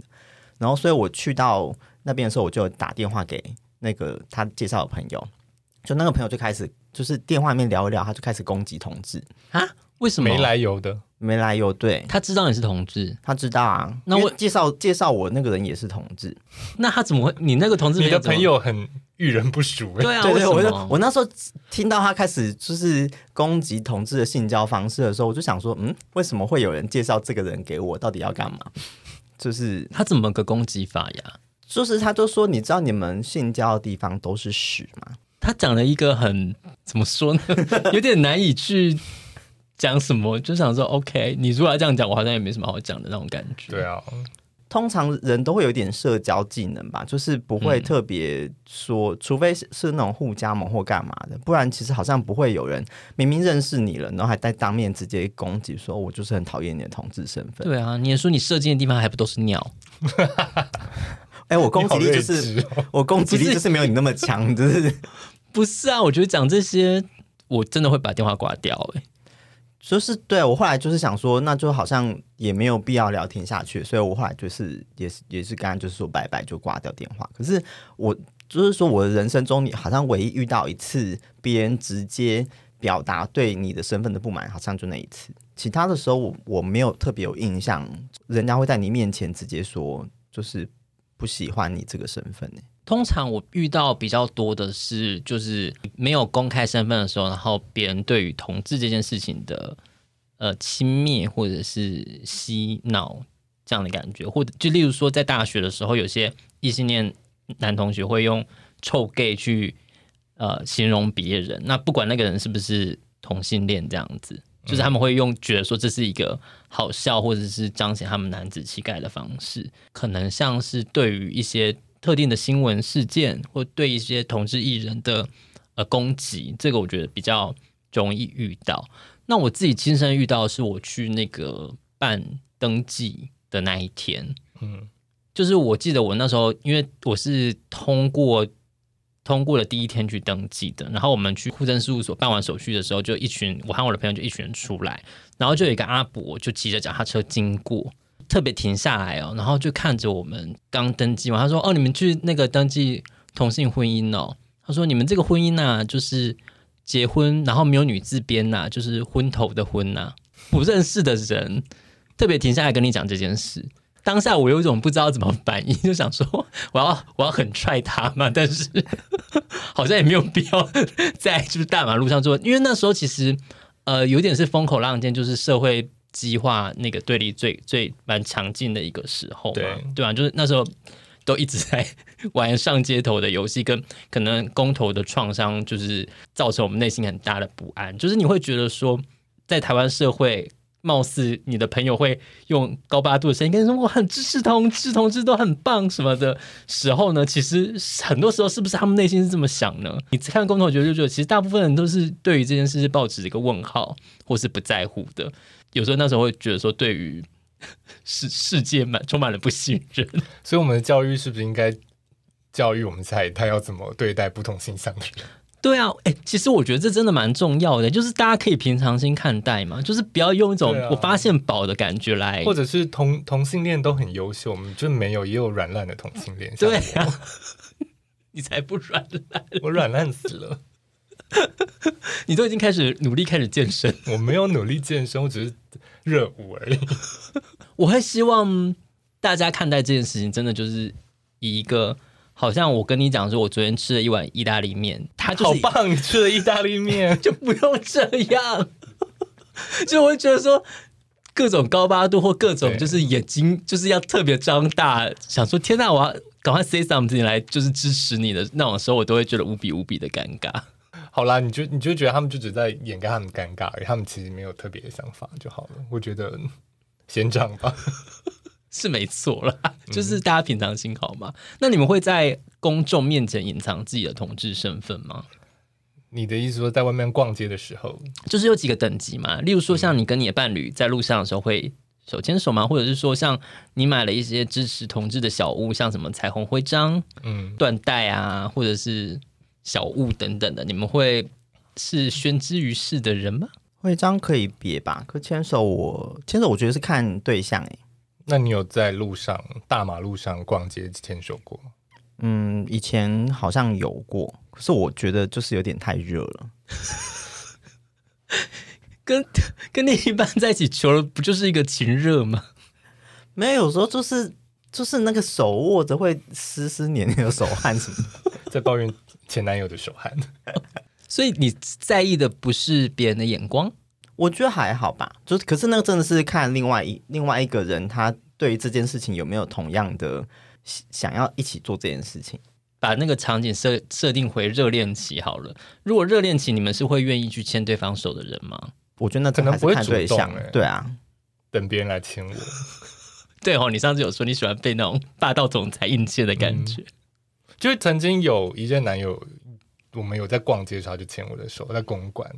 Speaker 2: 然后，所以我去到那边的时候，我就打电话给那个他介绍的朋友，就那个朋友就开始就是电话里面聊一聊，他就开始攻击同志，
Speaker 1: 啊？为什么？
Speaker 3: 没来由的，
Speaker 2: 没来由对。
Speaker 1: 他知道你是同志，
Speaker 2: 他知道啊，
Speaker 1: 那
Speaker 2: 因为
Speaker 1: 我
Speaker 2: 介绍介绍我那个人也是同志，
Speaker 1: 那他怎么会？你那个同志
Speaker 3: 你的
Speaker 1: 怎么
Speaker 3: 朋？友很遇人不淑、欸，
Speaker 1: 对啊，
Speaker 2: 对
Speaker 1: 为
Speaker 2: 对，
Speaker 1: 什么
Speaker 2: 我就我那时候听到他开始就是攻击同志的性交方式的时候，我就想说，嗯，为什么会有人介绍这个人给我？到底要干嘛？就是
Speaker 1: 他怎么个攻击法呀？
Speaker 2: 就是，他就说，你知道你们性交的地方都是屎吗？
Speaker 1: 他讲了一个很怎么说
Speaker 3: *laughs*
Speaker 1: 呢，有点难以去讲什么，就想说 OK，你如果要这样讲，我好像也没什么好讲的那种感觉。
Speaker 3: 对啊，
Speaker 2: 通常人都会有点社交技能吧，就是不会特别说，除非是是那种互加盟或干嘛的，不然其实好像不会有人明明认识你了，然后还在当面直接攻击说，我就是很讨厌你的同志身份。
Speaker 1: 对啊，你也说你射精的地方还不都是尿？
Speaker 2: 哎、我攻击力就
Speaker 3: 你好
Speaker 2: 是
Speaker 3: 睿智哦
Speaker 2: 我攻击
Speaker 1: 不
Speaker 2: 力
Speaker 1: 是
Speaker 2: 就是没有你那么强， *laughs* 就是
Speaker 1: 不是啊，我觉得讲这些，我真的会把电话挂掉、欸。
Speaker 2: 就是对我后来就是想说，那就好像也没有必要聊天下去，所以我后来就是也是也是刚刚就是说拜拜就挂掉电话。可是我就是说我的人生中，你好像唯一遇到一次别人直接表达对你的身份的不满，好像就那一次。其他的时候我我没有特别有印象，人家会在你面前直接说就是不喜欢你这个身份、欸。
Speaker 1: 通常我遇到比较多的是，就是没有公开身份的时候，然后别人对于同志这件事情的呃轻蔑或者是嬉闹这样的感觉，或者就例如说在大学的时候，有些异性恋男同学会用臭 gay 去呃形容别人，那不管那个人是不是同性恋这样子。就是他们会用觉得说这是一个好笑，或者是彰显他们男子气概的方式，可能像是对于一些特定的新闻事件，或对一些同志艺人的呃攻击，这个我觉得比较容易遇到。那我自己亲身遇到的是我去那个办登记的那一天，
Speaker 3: 嗯，
Speaker 1: 就是我记得我那时候，因为我是通过通过了第一天去登记的，然后我们去户政事务所办完手续的时候，就一群我和我的朋友就一群人出来，然后就有一个阿伯就骑着脚踏车经过，特别停下来哦，然后就看着我们刚登记完，他说：“哦，你们去那个登记同性婚姻哦。”他说：“你们这个婚姻呐、就是结婚然后没有女字边呐、就是昏头的昏呐、不认识的人特别停下来跟你讲这件事。”当下我有一种不知道怎么反应，就想说我要我要很踹他嘛，但是 *laughs* 好像也没有必要在就是大马路上做，因为那时候其实呃有点是风口浪尖，就是社会激化那个对立最最蛮强劲的一个时候嘛
Speaker 3: 对，
Speaker 1: 对吧、啊就是那时候都一直在玩上街头的游戏，跟可能公投的创伤，就是造成我们内心很大的不安，就是你会觉得说在台湾社会。貌似你的朋友会用高八度的声音跟你说我很支持同志，同志都很棒什么的时候呢，其实很多时候是不是他们内心是这么想呢？ *laughs* 你看公投觉得就觉得，其实大部分人都是对于这件事是抱持一个问号或是不在乎的。有时候那时候会觉得说，对于 *laughs* 世世界满充满了不信任。 *laughs*
Speaker 3: 所以我们的教育是不是应该教育我们下一代要怎么对待不同性向的人？
Speaker 1: 对啊，哎、其实我觉得这真的蛮重要的，就是大家可以平常心看待嘛，就是不要用一种
Speaker 3: 对啊
Speaker 1: 我发现宝的感觉来，
Speaker 3: 或者是同同性恋都很优秀，我们就没有也有软烂的同性恋。
Speaker 1: 对
Speaker 3: 像
Speaker 1: 啊， *laughs* 你才不软烂，
Speaker 3: *laughs* 我我软烂死了，
Speaker 1: 你都已经开始努力开始健身了
Speaker 3: 我没有努力健身，我只是热舞而已。
Speaker 1: *laughs* 我会希望大家看待这件事情，真的就是以一个好像我跟你讲说，我昨天吃了一碗意大利面，它就
Speaker 3: 好
Speaker 1: 是，
Speaker 3: 棒，你吃了意大利
Speaker 1: *laughs*
Speaker 3: 面 *laughs*
Speaker 1: 就不用这样， *laughs* 就我会觉得说。各种高八度或各种
Speaker 3: 对
Speaker 1: 就是眼睛就是要特别张大，想说天呐，我要赶快 say something 来就是支持你的那种时候，我都会觉得无比无比的尴尬。
Speaker 3: 好啦，你就你就觉得他们就只在掩盖他们尴尬而已，他们其实没有特别的想法就好了。我觉得先这样吧。
Speaker 1: 是没错啦，就是大家平常心好吗？那你们会在公众面前隐藏自己的同志身份吗？
Speaker 3: 你的意思说，在外面逛街的时候，
Speaker 1: 嗯就是有几个等级嘛，例如说像你跟你的伴侣在路上的时候会手牵手嘛，或者是说像你买了一些支持同志的小物，像什么彩虹徽章、
Speaker 3: 嗯，
Speaker 1: 缎带啊，或者是小物等等的，你们会是宣之于世的人吗？
Speaker 2: 徽章可以别吧，可牵手我牵手我觉得是看对象哎、
Speaker 3: 那你有在路上大马路上逛街牵手过吗？
Speaker 2: 嗯，以前好像有过，可是我觉得就是有点太热了。
Speaker 1: 跟跟另一半在一起，求了不就是一个情热吗？
Speaker 2: 没有，有时候就是就是那个手握着会湿湿黏黏的手汗什么的。
Speaker 3: 在抱怨前男友的手汗，
Speaker 1: 所以你在意的不是别人的眼光，
Speaker 2: 我觉得还好吧，就是可是那个真的是看另外一另外一个人他对于这件事情有没有同样的想想要一起做这件事情。
Speaker 1: 把那个场景设设定回热恋期好了。如果热恋期，你们是会愿意去牵对方手的人吗？
Speaker 2: 我觉得那真的还是
Speaker 3: 可能不
Speaker 2: 看
Speaker 3: 会
Speaker 2: 对
Speaker 3: 主动
Speaker 2: 象，
Speaker 3: 欸
Speaker 2: 对啊，
Speaker 3: 等别人来牵我。
Speaker 1: 对哦，你上次有说你喜欢被那种霸道总裁硬切的感觉，
Speaker 3: 就是曾经有一任男友，我们有在逛街的时候他就牵我的手，在公馆。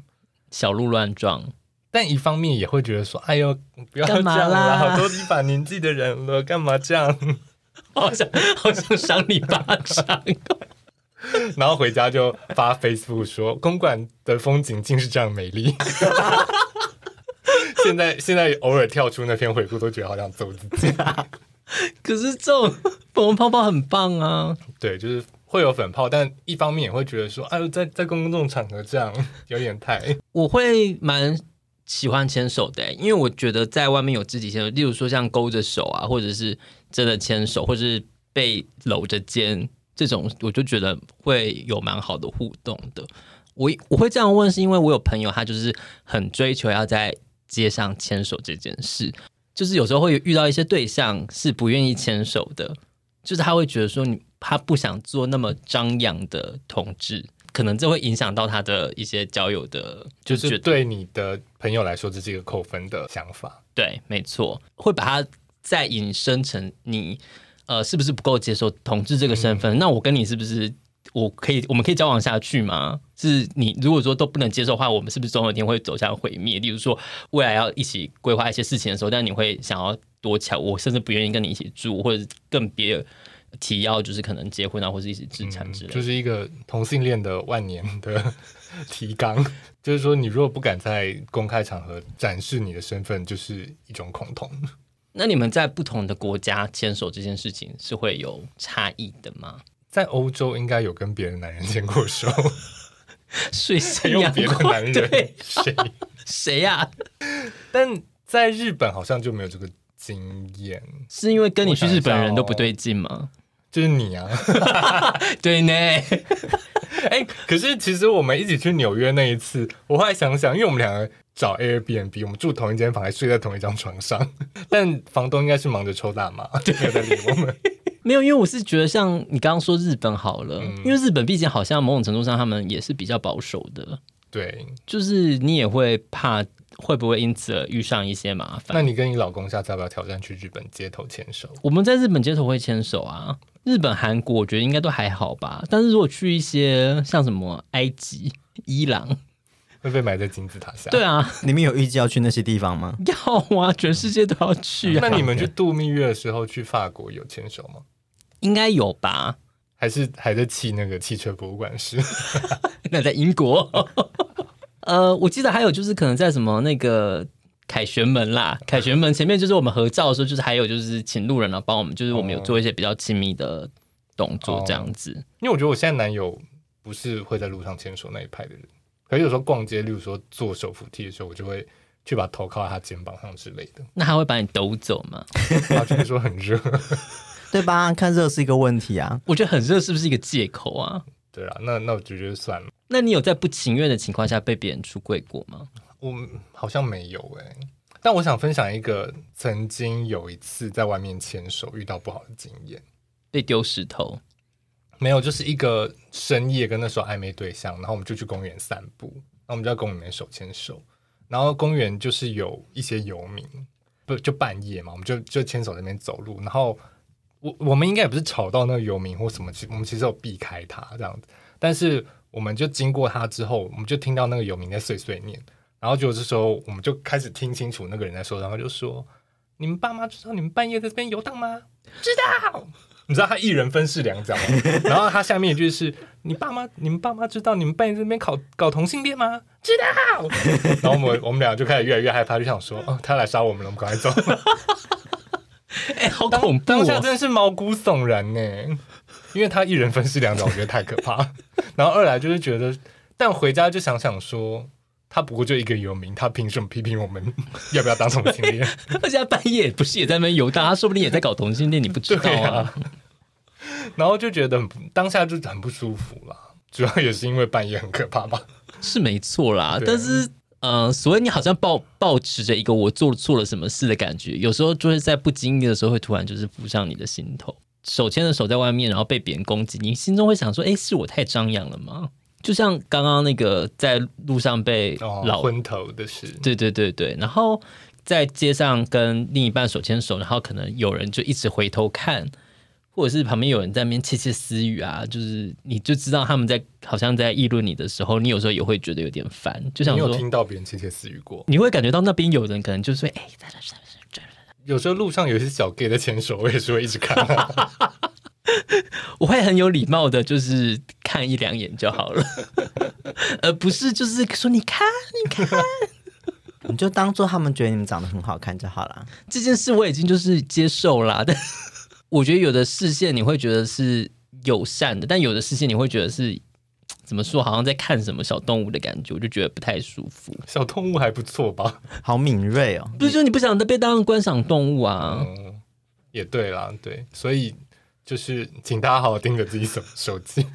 Speaker 1: 小鹿乱撞。
Speaker 3: 但一方面也会觉得说，哎呦，不要
Speaker 1: 干
Speaker 3: 这样
Speaker 1: 嘛
Speaker 3: 啦，
Speaker 1: 啦
Speaker 3: 好多一把年纪的人了，干嘛这样？
Speaker 1: 好想好想赏你巴掌！
Speaker 3: 然后回家就发 Facebook 说，公馆的风景竟是这样美丽。 *laughs* 现在现在偶尔跳出那篇回顾，都觉得好想揍自己。
Speaker 1: 可是这种粉红泡泡很棒啊！
Speaker 3: 对，就是会有粉泡，但一方面也会觉得说，哎呦，在在公众场合这样有点
Speaker 1: *laughs*
Speaker 3: 太……
Speaker 1: 我会蛮喜欢牵手的、欸因为我觉得在外面有肢体牵手，例如说像勾着手啊，或者是真的牵手，或者是被搂着肩这种，我就觉得会有蛮好的互动的。我我会这样问，是因为我有朋友他就是很追求要在街上牵手这件事，就是有时候会遇到一些对象是不愿意牵手的，就是他会觉得说你他不想做那么张扬的同志，可能这会影响到他的一些交友的，
Speaker 3: 就
Speaker 1: 觉
Speaker 3: 是
Speaker 1: 得
Speaker 3: 对你的朋友来说，这是一个扣分的想法。
Speaker 1: 对，没错，会把它再引申成你呃是不是不够接受同志这个身
Speaker 3: 嗯
Speaker 1: 份？那我跟你是不是我可以我们可以交往下去吗？是你如果说都不能接受的话，我们是不是总有一天会走向毁灭？例如说未来要一起规划一些事情的时候，但你会想要多巧，我甚至不愿意跟你一起住，或者更别提要就是可能结婚啊，或者一起置产之类的。
Speaker 3: 嗯就是一个同性恋的万年的 *laughs* 提纲，就是说你如果不敢在公开场合展示你的身份，就是一种恐同。
Speaker 1: 那你们在不同的国家牵手这件事情是会有差异的吗？ *laughs*
Speaker 3: 在欧洲应该有跟别的男人牵过手，
Speaker 1: 水性
Speaker 3: 用
Speaker 1: 杨
Speaker 3: 别的
Speaker 1: 过
Speaker 3: 男人
Speaker 1: 对
Speaker 3: 谁？
Speaker 1: 谁呀、
Speaker 3: 但在日本好像就没有这个经验，
Speaker 1: 是因为跟你去
Speaker 3: 我想
Speaker 1: 日
Speaker 3: 一
Speaker 1: 本
Speaker 3: 下
Speaker 1: 人都不
Speaker 3: 哦
Speaker 1: 对劲吗？
Speaker 3: 就是你啊。
Speaker 1: 哦对呢，
Speaker 3: *laughs* 哎、可是其实我们一起去纽约那一次，我后来想想，因为我们两个找 Airbnb，我们住同一间房，还睡在同一张床上， *laughs* 但房东应该是忙着抽大麻， *laughs* 没有在理我们。
Speaker 1: *laughs* 没有，因为我是觉得像你刚刚说日本好了，
Speaker 3: 嗯
Speaker 1: 因为日本毕竟好像某种程度上他们也是比较保守的，
Speaker 3: 对，
Speaker 1: 就是你也会怕会不会因此而遇上一些麻
Speaker 3: 那
Speaker 1: 烦。
Speaker 3: 你跟你老公下次要不要挑战去日本街头牵手？
Speaker 1: 我们在日本街头会牵手啊，日本、韩国我觉得应该都还好吧，但是如果去一些像什么埃及、伊朗，
Speaker 3: *laughs* 会被埋在金字塔下？
Speaker 1: 对啊，
Speaker 2: 你们有预计要去那些地方吗？
Speaker 1: 要啊， *laughs* 全世界都要去啊，
Speaker 3: 嗯那你们去度蜜月的时候去法国有牵手吗？
Speaker 1: 应该有吧？
Speaker 3: 还是还在气那个汽车博物馆是？
Speaker 1: *laughs* 那在英国，呃，我记得还有就是可能在什么那个凯旋门啦，凯旋门前面就是我们合照的时候，就是还有就是请路人来帮我们，就是我们有做一些比较亲密的动作这样子。
Speaker 3: 因为我觉得我现在男友不是会在路上牵手那一派的人，可是有时候逛街，例如说坐手扶梯的时候，我就会去把头靠在他肩膀上之类的，
Speaker 1: 那他会把你抖走吗？
Speaker 3: 然后就会说很热。
Speaker 2: *laughs*
Speaker 3: *laughs*
Speaker 2: 对吧？看热是一个问题啊。
Speaker 1: 我觉得很热是不是一个借口啊？
Speaker 3: 对啦，那那我就觉得算了，
Speaker 1: 那你有在不情愿的情况下被别人出柜过吗？
Speaker 3: 我好像没有哎、但我想分享一个曾经有一次在外面牵手遇到不好的经验，
Speaker 1: 被丢石头，
Speaker 3: 没有，就是一个深夜跟那时候暧昧对象，然后我们就去公园散步，然后我们就在公园里面手牵手，然后公园就是有一些游民，不就半夜嘛，我们就就牵手在那边走路，然后我我们应该也不是吵到那个游民或什么，其我们其实有避开他这样子，但是我们就经过他之后，我们就听到那个游民在碎碎念，然后就这时候我们就开始听清楚那个人在说，然后就说。你们爸妈知道你们半夜在这边游荡吗？知道。你知道他一人分饰两
Speaker 1: *laughs*
Speaker 3: 角吗，然后他下面一句是：“你爸妈，你们爸妈知道你们半夜在那边搞搞同性恋吗？”知道。然后我们我们俩就开始越来越害怕，就想说：“哦，他来杀我们了，我们赶
Speaker 1: *laughs*
Speaker 3: 快走。
Speaker 1: 哎、好
Speaker 3: 当”
Speaker 1: 恐怖
Speaker 3: 当下
Speaker 1: 哦！
Speaker 3: 真的是毛骨悚然呢，因为他一人分饰两角，我觉得太可怕。
Speaker 1: *laughs*
Speaker 3: 然后二来就是觉得，但回家就想想说，他不过就一个游民，他凭什么批评我们要不要当同性恋？
Speaker 1: *laughs* 而且他半夜不是也在那边游荡，他说不定也在搞同性恋，你不知道
Speaker 3: 对
Speaker 1: 啊
Speaker 3: 啊。 *laughs* 然后就觉得很不当下就很不舒服啦，主要也是因为半夜很可怕吧。
Speaker 1: 是没错啦，
Speaker 3: 对
Speaker 1: 但是。嗯，所以你好像抱抱持着一个我做错了什么事的感觉，有时候就是在不经意的时候，会突然就是浮上你的心头，手牵着手在外面，然后被别人攻击，你心中会想说：“哎，是我太张扬了吗？”就像刚刚那个在路上被
Speaker 3: 哦，
Speaker 1: 老
Speaker 3: 昏头的事，
Speaker 1: 对对对对，然后在街上跟另一半手牵手，然后可能有人就一直回头看，或者是旁边有人在那边窃窃私语啊，就是你就知道他们在好像在议论你的时候，你有时候也会觉得有点烦，就想
Speaker 3: 你有
Speaker 1: 说
Speaker 3: 听到别人窃窃私语过？
Speaker 1: 你会感觉到那边有人可能就是哎，在那
Speaker 3: *laughs*
Speaker 1: 在那在
Speaker 3: 有时候路上有一些小 gay 在牵手，我也是会一直看、啊
Speaker 1: *laughs* 那我会很有礼貌的，就是看一两眼就好
Speaker 3: *laughs*
Speaker 1: 了，而不是就是说你看你看。
Speaker 2: 你就当做他们觉得你们长得很好看就好啦。
Speaker 1: 这件事我已经就是接受啦， *laughs* 但我觉得有的视线你会觉得是友善的，但有的视线你会觉得是怎么说，好像在看什么小动物的感觉，我就觉得不太舒服。
Speaker 3: 小动物还不错吧？
Speaker 2: 好敏锐哦，
Speaker 1: 不是说你不想被当成观赏动物啊？
Speaker 3: 嗯，也对啦，对，所以就是请大家好好盯着自己手
Speaker 1: *laughs*
Speaker 3: 手机。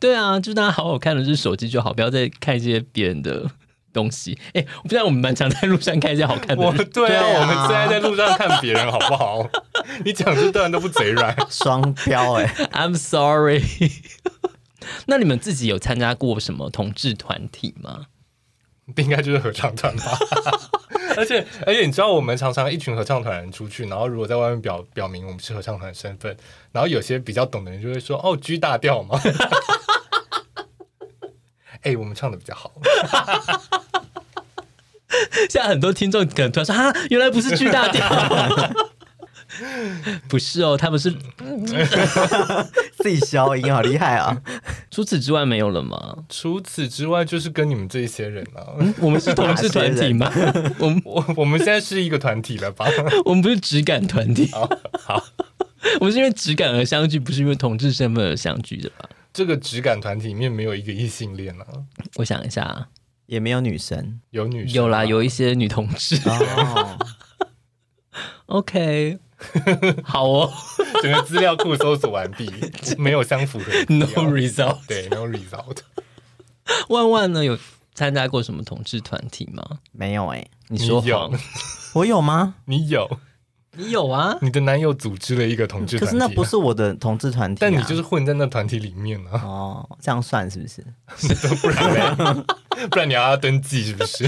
Speaker 1: 对啊，就大家好好看的是手机就好，不要再看一些别人的东西。 *laughs* 哎，不然我们蛮常在路上看一些好看的
Speaker 3: 我
Speaker 1: 人，
Speaker 3: 对啊，
Speaker 2: 对啊
Speaker 3: 我们现在在路上看别人好不好？你讲这段都不嘴软。
Speaker 2: 双标哎、
Speaker 1: *laughs* I'm sorry。那你们自己有参加过什么同志团体吗？
Speaker 3: 应该就是合唱团吧。 *laughs* 而且而且你知道，我们常常一群合唱团人出去，然后如果在外面表表明我们是合唱团的身份，然后有些比较懂的人就会说：“哦，G 大调嘛。” *laughs* 哎、我们唱的比较好，
Speaker 1: *laughs* 现在很多听众可能突然说：“哈，原来不是巨大调， *laughs* 不是哦，他们是。
Speaker 2: 自己消音好厉害啊！”
Speaker 1: 除此之外没有了吗？
Speaker 3: 除此之外就是跟你们这一些人啊，
Speaker 1: 嗯我们是同志团体吗？ *laughs* 我们
Speaker 3: *laughs* 我我们现在是一个团体了吧？ *laughs*
Speaker 1: 我们不是质感团体。哦好， *laughs* 我们是因为质感而相聚，不是因为同志身份而相聚的吧？
Speaker 3: 这个质感团体里面没有一个异性恋啊，
Speaker 1: 我想一下，啊
Speaker 2: 也没有女生
Speaker 3: 有女生啊
Speaker 1: 有啦，有一些女啊同志。
Speaker 2: 哦，
Speaker 1: *laughs* OK，好哦
Speaker 3: *laughs* 整个资料库搜索完
Speaker 1: *laughs*
Speaker 3: 毕，没有相符合的
Speaker 1: ，No
Speaker 3: 资料
Speaker 1: result。
Speaker 3: 对，no result。
Speaker 1: 万万呢？有参加过什么同志团体吗？
Speaker 2: 没有哎、
Speaker 1: 你
Speaker 3: 你
Speaker 1: 说
Speaker 3: 有
Speaker 1: 谎，，
Speaker 2: 我有吗？
Speaker 3: 你有。
Speaker 1: 你有 *laughs* 啊？
Speaker 3: 你的男友组织了一个同
Speaker 2: 嗯
Speaker 3: 志
Speaker 2: 可
Speaker 3: 团
Speaker 2: 是
Speaker 3: 体啊、
Speaker 2: 那不是我的同志团体、啊，
Speaker 3: 但你就是混在那团体里面
Speaker 2: *laughs*
Speaker 3: 啊，
Speaker 2: 哦，这样算是不是？
Speaker 3: 不然嘞，不然你要登记是不是？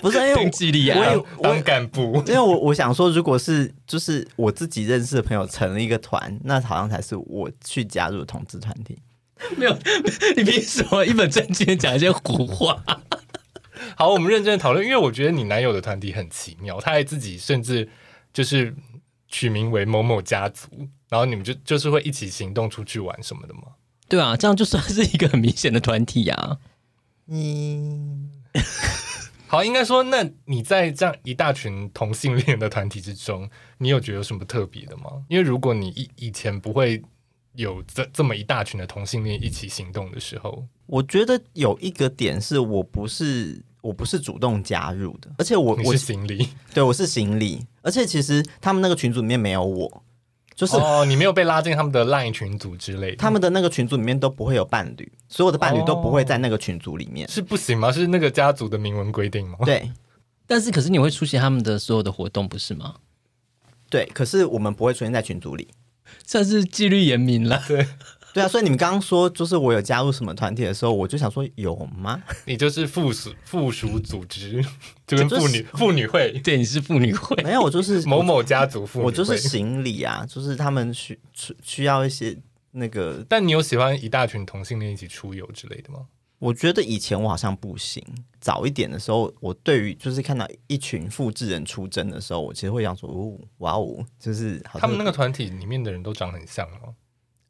Speaker 2: 不是，因为我
Speaker 1: 登记啊立案
Speaker 2: *laughs* 我有我
Speaker 3: 当
Speaker 2: 有
Speaker 3: 干部
Speaker 2: 因为我我想说，如果是就是我自己认识的朋友成了一个团，那好像才是我去加入的同志团体。
Speaker 1: 没有， *laughs* 你凭什么一本正经地讲一些胡话？
Speaker 3: 好，我们认真地讨论，因为我觉得你男友的团体很奇妙，他还自己甚至就是取名为某某家族，然后你们就就是会一起行动出去玩什么的吗？
Speaker 1: 对啊，这样就算是一个很明显的团体啊。
Speaker 2: 嗯，
Speaker 3: 好，应该说，那你在这样一大群同性恋的团体之中，你有觉得有什么特别的吗？因为如果你以以前不会有这这么一大群的同性恋一起行动的时候，
Speaker 2: 我觉得有一个点是我不是我不是主动加入的，而且我
Speaker 3: 你
Speaker 2: 我
Speaker 3: 是行李。
Speaker 2: 对我是行李，而且其实他们那个群组里面没有我，就是
Speaker 3: 哦，你没有被拉进他们的 LINE 群组之类的，
Speaker 2: 他们的那个群组里面都不会有伴侣，所有的伴侣都不会在那个群组里面。
Speaker 3: 是不行吗？是那个家族的明文规定
Speaker 2: *laughs*
Speaker 3: 吗？
Speaker 2: 对
Speaker 1: 但是，可是你会出席他们的所有的活动，不是吗？
Speaker 2: 对，可是我们不会出现在群组里。
Speaker 1: 算是纪律严明了。
Speaker 2: 对啊，所以你们刚刚说就是我有加入什么团体的时候，我就想说有
Speaker 3: *laughs*
Speaker 2: 吗？
Speaker 3: 你就是附属附属
Speaker 2: *laughs*
Speaker 3: 组织，就跟
Speaker 2: 这就
Speaker 3: 妇
Speaker 2: 是
Speaker 3: 女妇女会
Speaker 1: 对，你是妇女会，
Speaker 2: 没有，我就是
Speaker 3: 某某家族妇女会。
Speaker 2: 我就是行李啊， *laughs* 就是他们需需需要一些那个，
Speaker 3: 但你有喜欢一大群同性恋一起出游之类的吗？
Speaker 2: 我觉得以前我好像不行，早一点的时候，我对于就是看到一群复制人出征的时候，我其实会想说，哦，哇哦，就是好像
Speaker 3: 他们那个团体里面的人都长很像哦。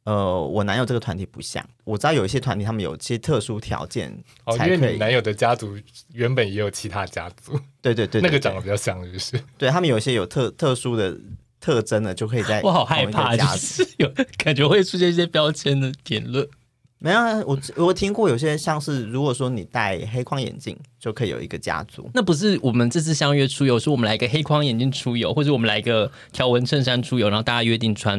Speaker 2: 呃，我男友这个团体不像，我知道有一些团体他们有一些特殊条件
Speaker 3: 哦，因
Speaker 2: 才
Speaker 3: 为
Speaker 2: 可
Speaker 3: 你
Speaker 2: 以，
Speaker 3: 男友的家族原本也有其他家族，
Speaker 2: 对对对对
Speaker 3: 那个
Speaker 2: 对
Speaker 3: 长得比较像，就是
Speaker 2: 对他们有一些有特特殊的特征的，就可以在
Speaker 1: *laughs* 我好害
Speaker 2: 同一个
Speaker 1: 怕，就
Speaker 2: 家族
Speaker 1: 是有感觉会出现一些标签的评论。
Speaker 2: 没有啊，我我听过有些像是，如果说你戴黑框眼镜，就可以有一个家族。
Speaker 1: 那不是我们这次相约出游，是我们来一个黑框眼镜出游，或者我们来一个条纹衬衫出游，然后大家约定穿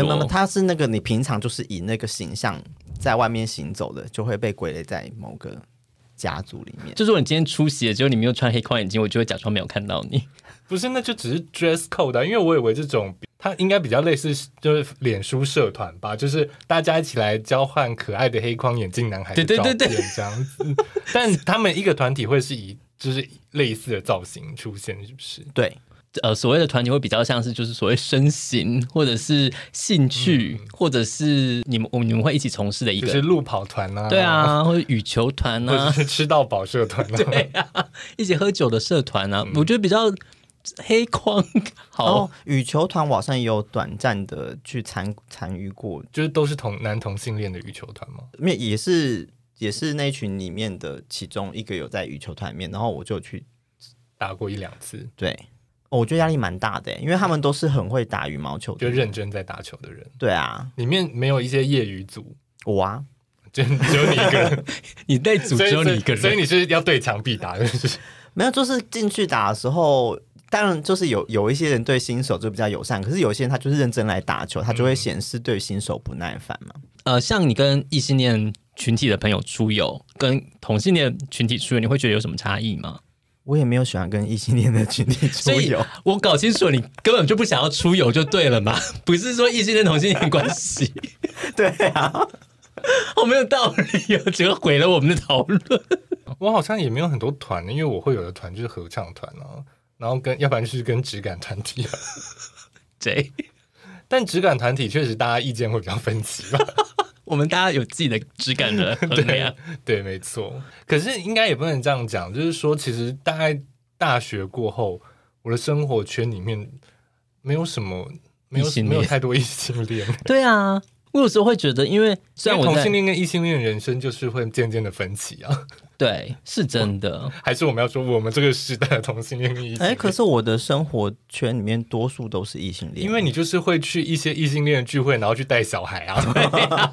Speaker 1: 着。
Speaker 2: 有没有，没有它是那个你平常就是以那个形象在外面行走的，就会被归类在某个家族里面。
Speaker 1: 就是我今天出席了，结果你没有穿黑框眼镜，我就会假装没有看到你。
Speaker 3: 不是？那就只是 dress code 啊，因为我以为这种它应该比较类似，就是脸书社团吧，就是大家一起来交换可爱的黑框眼镜男孩的
Speaker 1: 对
Speaker 3: 照
Speaker 1: 对对
Speaker 3: 片
Speaker 1: 对
Speaker 3: 这样子。 *laughs* 但他们一个团体会是以就是类似的造型出现，是不是？
Speaker 2: 对，
Speaker 1: 呃，所谓的团体会比较像是就是所谓身形，或者是兴趣，或者是你们我们你们会一起从事的一
Speaker 3: 嗯就
Speaker 1: 个，
Speaker 3: 是路跑团啊，
Speaker 1: 对，啊，或者羽球团
Speaker 3: 或者
Speaker 1: 啊，
Speaker 3: 是吃到饱社团
Speaker 1: *laughs*
Speaker 3: 啊，
Speaker 1: 对啊，一起喝酒的社团
Speaker 3: 嗯
Speaker 1: 啊，我觉得比较黑框
Speaker 2: 然
Speaker 3: 哦
Speaker 1: 好。
Speaker 2: 后羽球团我好像也有短暂的去参参与过，
Speaker 3: 就是都是同男同性恋的羽球团吗？
Speaker 2: 面也是也是那一群里面的其中一个有在羽球团里面，然后我就去
Speaker 3: 打过一两次，
Speaker 2: 对、哦我觉得压力蛮大的，因为他们都是很会打羽毛球
Speaker 3: 就
Speaker 2: 的。
Speaker 3: 认真在打球的人，
Speaker 2: 对啊，
Speaker 3: 里面没有一些业余组，
Speaker 2: 我啊，
Speaker 3: 就只有你一个人，
Speaker 1: 你那 *laughs* 组
Speaker 3: 所以
Speaker 1: 只有你一个
Speaker 3: 所以
Speaker 1: 人，
Speaker 3: 你是要对墙壁打，就是
Speaker 2: 没有，就是进去打的时候，当然就是有有一些人对新手就比较友善，可是有些人他就是认真来打球，他
Speaker 3: 嗯
Speaker 2: 就会显示对新手不耐烦嘛。
Speaker 1: 呃，像你跟异性恋群体的朋友出游，跟同性恋群体出游，你会觉得有什么差异吗？
Speaker 2: 我也没有喜欢跟异性恋的群体出
Speaker 1: 所以
Speaker 2: 游，
Speaker 1: 我搞清楚，你根本就不想要出游就对了嘛，不是说异性恋同性恋关系，
Speaker 2: *laughs* 对
Speaker 3: *laughs*
Speaker 2: 啊，
Speaker 1: *laughs* 好没有道理哦，结果毁了我们的讨论。
Speaker 3: 我好像也没有很多团，因为我会有的团就是合唱团啊，然后跟要不然就是跟质感团体、啊， *laughs*
Speaker 1: 对，
Speaker 3: 但质感团体确实大家意见会比较分歧吧，
Speaker 1: *laughs*
Speaker 3: *laughs*
Speaker 1: 我们大家有自己的质感的衡量。
Speaker 3: 对，没错。可是应该也不能这样讲，就是说，其实大概大学过后，我的生活圈里面没有什么，没有
Speaker 1: 异性恋
Speaker 3: 没有太多异性恋。
Speaker 1: 对啊，我有时候会觉得，因为 *laughs* 虽然
Speaker 3: 因
Speaker 1: 我
Speaker 3: 为同
Speaker 1: 在
Speaker 3: 性恋跟异性恋的人生就是会渐渐的分歧啊，
Speaker 1: 对是真的，
Speaker 3: 还是我们要说我们这个时代的同性恋跟异性
Speaker 2: 哎、
Speaker 3: 恋？
Speaker 2: 可是我的生活圈里面多数都是异性恋，
Speaker 3: 因为你就是会去一些异性恋的聚会，然后去带小孩
Speaker 2: *laughs*
Speaker 3: 啊，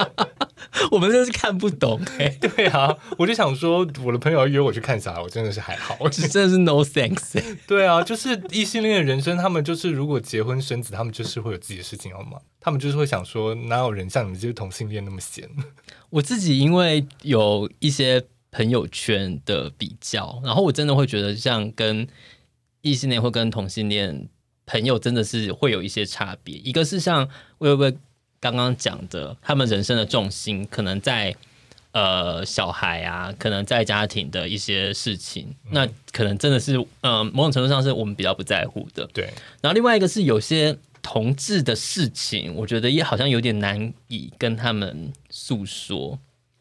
Speaker 1: *laughs* 我们真是看不懂哎、
Speaker 3: 对啊，我就想说，我的朋友要约我去看小孩，我真的是还好。
Speaker 1: 这真的是 no thanks 哎、
Speaker 3: 对啊，就是异性恋的人生，他们就是如果结婚生子，他们就是会有自己的事情要忙，他们就是会想说，哪有人像你们这些同性恋那么闲？
Speaker 1: 我自己因为有一些朋友圈的比较，然后我真的会觉得，像跟异性恋或跟同性恋朋友真的是会有一些差别。一个是像薇薇刚刚讲的，他们人生的重心可能在呃小孩啊，可能在家庭的一些事情，那可能真的是呃某种程度上是我们比较不在乎的。
Speaker 3: 对，
Speaker 1: 然后另外一个是有些同志的事情，我觉得也好像有点难以跟他们诉说。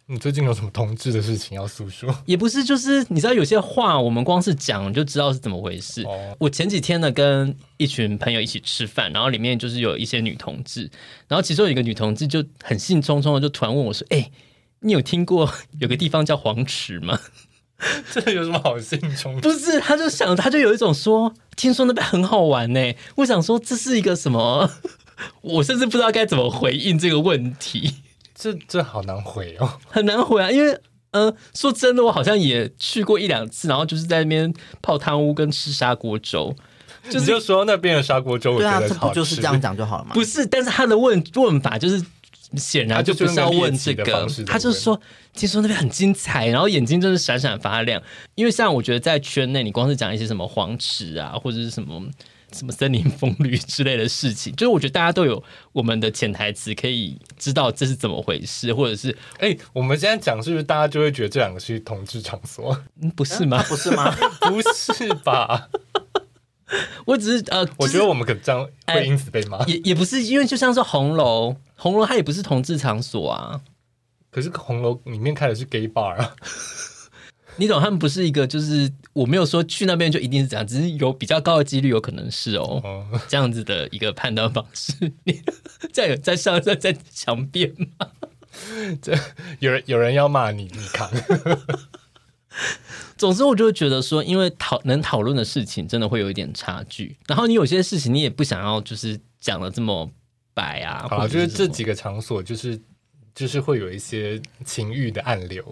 Speaker 3: 你最近有什么同志的事情要诉说？
Speaker 1: 也不是，就是你知道有些话，我们光是讲你就知道是怎么回事。
Speaker 3: 哦 *laughs*
Speaker 1: 我前几天呢跟一群朋友一起吃饭，然后里面就是有一些女同志，然后其中有一个女同志就很兴冲冲的就突然问我说：“哎、你有听过有个地方叫黄池吗？” *laughs*
Speaker 3: 这有什么好兴冲的？
Speaker 1: 不是，他就想，他就有一种说，听说那边很好玩呢。我想说，这是一个什么？ *laughs* 我甚至不知道该怎么回应这个问题，
Speaker 3: 这这好难回哦。 *laughs*
Speaker 1: 很难回答。因为，呃，说真的，我好像也去过一两次，然后就是在那边泡汤屋跟吃砂锅粥，
Speaker 3: 就你就说那边的砂锅粥，我
Speaker 2: 对
Speaker 3: 觉
Speaker 2: 啊，
Speaker 3: 得
Speaker 2: 这
Speaker 3: 好
Speaker 2: 不
Speaker 3: 吃
Speaker 2: 就是这样？讲就好了嘛？
Speaker 1: 不是。但是他的问问法就是。显然啊
Speaker 3: 他
Speaker 1: 就
Speaker 3: 啊就
Speaker 1: 不是要问这
Speaker 3: 用一个猎奇的
Speaker 1: 个
Speaker 3: 方式，在
Speaker 1: 他就
Speaker 3: 问
Speaker 1: 说：“听说那边很精彩，然后眼睛真是闪闪发亮。”因为像我觉得在圈内，你光是讲一些什么黄池啊，或者是什么什么森林风吕之类的事情，就是我觉得大家都有我们的潜台词，可以知道这是怎么回事，或者是、
Speaker 3: 哎、我们现在讲是不是大家就会觉得这两个是同志场所？
Speaker 1: 嗯、不是
Speaker 3: 啊
Speaker 1: 吗？
Speaker 2: 不是吗？
Speaker 3: *laughs* 不是 *laughs* 吧？
Speaker 1: 我只是呃，
Speaker 3: 我
Speaker 1: 就是
Speaker 3: 觉得我们可能这样
Speaker 1: 哎 *laughs*
Speaker 3: 会因此被骂。
Speaker 1: 也也不是，因为就像是红楼，红楼它也不是同志场所啊，
Speaker 3: 可是红楼里面开的是 gay bar 啊，
Speaker 1: 你懂，他们不是一个，就是我没有说去那边就一定是这样，只是有比较高的几率有可能是哦，
Speaker 3: 哦，
Speaker 1: 这样子的一个判断方式。 *laughs* 你这样有在上在在强辩吗？
Speaker 3: *laughs* 有人有人要骂你，你 *laughs* 看，
Speaker 1: 总之，我就会觉得说，因为讨能讨论的事情真的会有一点差距，然后你有些事情你也不想要就是讲的这么白啊，
Speaker 3: 好
Speaker 1: 或
Speaker 3: 了，
Speaker 1: 者
Speaker 3: 哦就是
Speaker 1: 什
Speaker 3: 这
Speaker 1: 么
Speaker 3: 几个场所就是就是会有一些情欲的暗 *laughs* 流，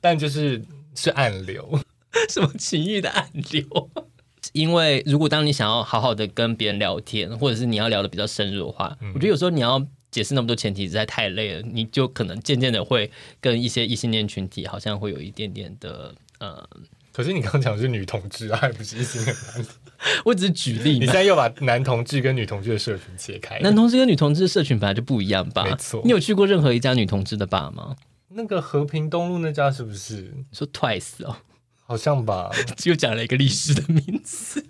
Speaker 3: 但就是是暗流，
Speaker 1: *laughs* 什么情欲的暗流。 *laughs* 因为如果当你想要好好的跟别人聊天，或者是你要聊的比较深入的话，我觉得有时候你要解释那么多前提实在太累了，你就可能渐渐的会跟一些异性恋群体好像会有一点点的呃，
Speaker 3: 可是你刚刚讲的是女同志啊，还不是异性恋男同？
Speaker 1: *laughs* 我只是举例
Speaker 3: *laughs* 你
Speaker 1: 嘛
Speaker 3: 现。在又把男同志跟女同志的社群切开，
Speaker 1: *laughs* 男同志跟女同志的社群本来就不一样吧？
Speaker 3: 没错
Speaker 1: 你有去过任何一家女同志的吧吗？
Speaker 3: 那个和平东路那家是不是？
Speaker 1: 说 Twice 哦， *laughs*
Speaker 3: 好像吧，
Speaker 1: 只有讲了一个历史的名字。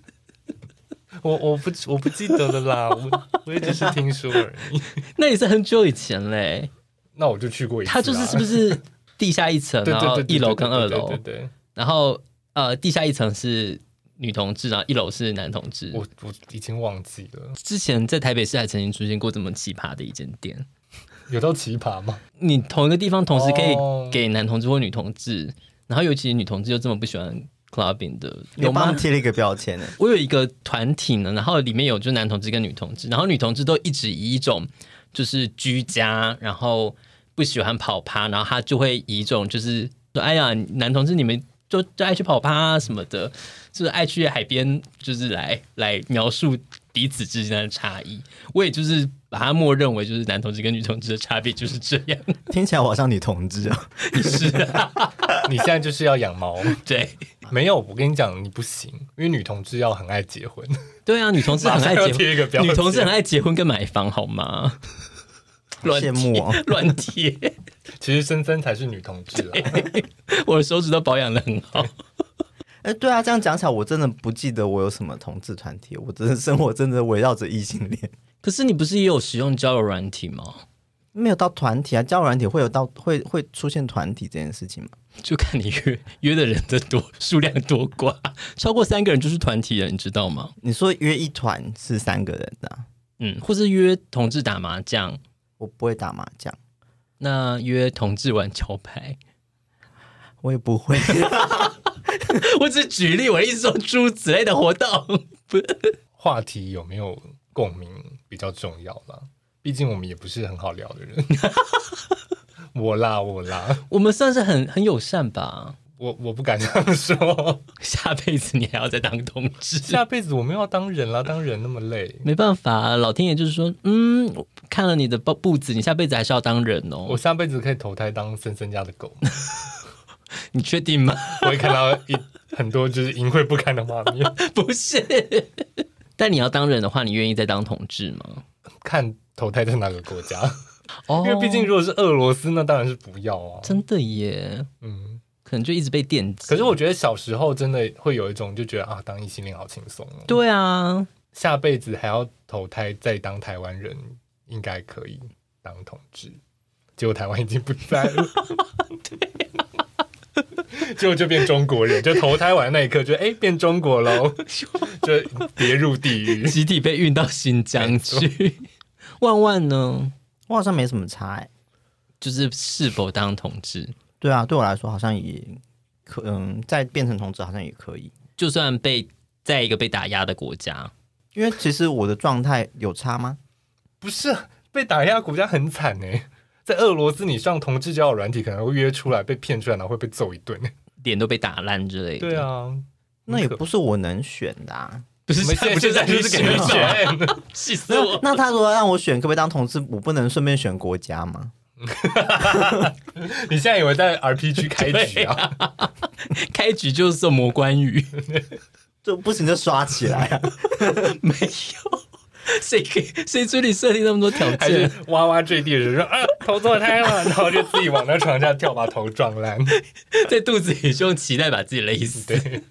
Speaker 3: 我我不我不记得了啦，我我也只是听说而已。
Speaker 1: *laughs* 那也是很久以前嘞。
Speaker 3: *laughs* 那我就去过一次啊，
Speaker 1: 它就是是不是地下一 *laughs* 层，
Speaker 3: 对？对
Speaker 1: 然
Speaker 3: 对
Speaker 1: 后
Speaker 3: 对对，
Speaker 1: 一楼跟二楼
Speaker 3: 对，对对
Speaker 1: 然后呃，地下一层是女同志，然后一楼是男同志
Speaker 3: 对，。我我已经忘记了，
Speaker 1: 之前在台北市还曾经出现过这么奇葩的一间店，
Speaker 3: 有到奇葩吗？ *laughs*
Speaker 1: 你同一个地方同时可以
Speaker 3: 哦
Speaker 1: 给男同志或女同志，然后尤其女同志又这么不喜欢 clubbing 的，
Speaker 2: 你
Speaker 1: 有
Speaker 2: 帮他
Speaker 1: 吗
Speaker 2: 们？贴了一个标签呢。
Speaker 1: 我有一个团体呢，然后里面有就是男同志跟女同志，然后女同志都一直以一种就是居家，然后不喜欢跑趴，然后他就会以一种就是说，哎呀，男同志你们就就爱去跑趴、啊、什么的，就是爱去海边，就是来来描述彼此之间的差异。我也就是把它默认为就是男同志跟女同志的差别就是这样， *laughs*
Speaker 2: 听起来我好像女同志啊，
Speaker 1: 是啊，
Speaker 3: 你现在就是要养猫？ *laughs*
Speaker 1: 对
Speaker 3: 没有，我跟你讲，你不行，因为女同志要很爱结婚， *laughs*
Speaker 1: 对啊，女同志很爱
Speaker 3: 马上要
Speaker 1: 结
Speaker 3: 贴一个标
Speaker 1: 婚，
Speaker 3: 签
Speaker 1: 女同志很爱结婚跟买
Speaker 3: *laughs*
Speaker 1: 房好吗？乱
Speaker 2: 羡慕哦。
Speaker 1: *laughs* 乱贴。
Speaker 3: *laughs* 其实森森才是女同志啊。
Speaker 1: 我的手指都保养的很好。
Speaker 2: *laughs* 哎，对啊，这样讲起来，我真的不记得我有什么同志团体，我真的生活真的围绕着异性恋，
Speaker 1: 可是你不是也有使用交友软体吗？
Speaker 2: 没有到团体啊，交友软体会有到会会出现团体这件事情吗？
Speaker 1: 就看你约约的人的多数量多寡，超过三个人就是团体了，你知道吗？
Speaker 2: 你说约一团是三个人的啊、
Speaker 1: 嗯，或是约同志打麻将，
Speaker 2: 我不会打麻将，
Speaker 1: 那约同志玩桥牌。 *laughs*
Speaker 2: 我也不会。
Speaker 1: 我只是举例，我的意思说诸如此类的活
Speaker 3: *laughs*
Speaker 1: 动。
Speaker 3: 话题有没有共鸣比较重要啦，毕竟我们也不是很好聊的人。 *laughs* 我啦，我啦，
Speaker 1: 我们算是很很友善吧。
Speaker 3: 我我不敢这样说。 *laughs*
Speaker 1: 下辈子你还要再当同志？
Speaker 3: 下辈子我们要当人啦，当人那么累，
Speaker 1: 没办法，老天爷就是说，嗯，我看了你的步步子，你下辈子还是要当人
Speaker 3: 我
Speaker 1: 哦。
Speaker 3: 下辈子可以投胎当森森家的狗，
Speaker 1: 你确定吗？
Speaker 3: *laughs* 我会看到一很多就是淫秽不堪的画面。
Speaker 1: *laughs*
Speaker 3: *laughs*
Speaker 1: 不是。 *laughs* 但你要当人的话，你愿意再当同志吗？
Speaker 3: 看投胎在哪个国家，
Speaker 1: 哦
Speaker 3: 因为毕竟如果是俄罗斯，那当然是不要啊。
Speaker 1: 真的耶，
Speaker 3: 嗯，
Speaker 1: 可能就一直被电击。
Speaker 3: 可是我觉得小时候真的会有一种就觉得啊，当异性恋好轻松哦。
Speaker 1: 对啊，
Speaker 3: 下辈子还要投胎再当台湾人，应该可以当同志。结果台湾已经不在 *laughs* 了，结果就变中国人，就投胎完那一刻就哎、变中国 *laughs* 喽，就跌入地狱。
Speaker 1: 集体被运到新疆去。 *laughs* 万万呢，
Speaker 2: *laughs* 我好像没什么差、欸，
Speaker 1: 就是是否当同志，
Speaker 2: 对啊，对我来说好像也可，嗯，再变成同志好像也可以，
Speaker 1: 就算被在一个被打压的国家，
Speaker 2: 因为其实我的状态有差吗？
Speaker 3: 不是被打压国家很惨呢、在俄罗斯，你上同志交友软体可能会约出来被骗出来，然后会被揍一顿。
Speaker 1: 脸都被打烂之类的。
Speaker 3: 对，啊，
Speaker 2: 那也不是我能选的、啊。
Speaker 1: 不
Speaker 3: 我
Speaker 1: 是
Speaker 3: 们现在就在啊
Speaker 1: 不
Speaker 3: 去
Speaker 1: 是
Speaker 3: 选
Speaker 1: 这样
Speaker 3: 选，
Speaker 1: *laughs* 气死
Speaker 2: 那
Speaker 1: 我！
Speaker 2: 那他如果让我选，可不可以当同志？我不能顺便选国家吗？
Speaker 3: 你现在以为在 RPG 开局啊？
Speaker 1: 开局就是送魔关羽，
Speaker 2: 就不行就刷起来、啊。
Speaker 1: *laughs* 没有谁给谁嘴里设定那么多
Speaker 3: *laughs*
Speaker 1: 条
Speaker 3: 还是
Speaker 1: 件？
Speaker 3: 哇哇坠地的时候说啊头坐胎了，然后就自己往那床下跳，把头撞烂。
Speaker 1: 在肚子里是用脐带把自己勒死。
Speaker 3: 对，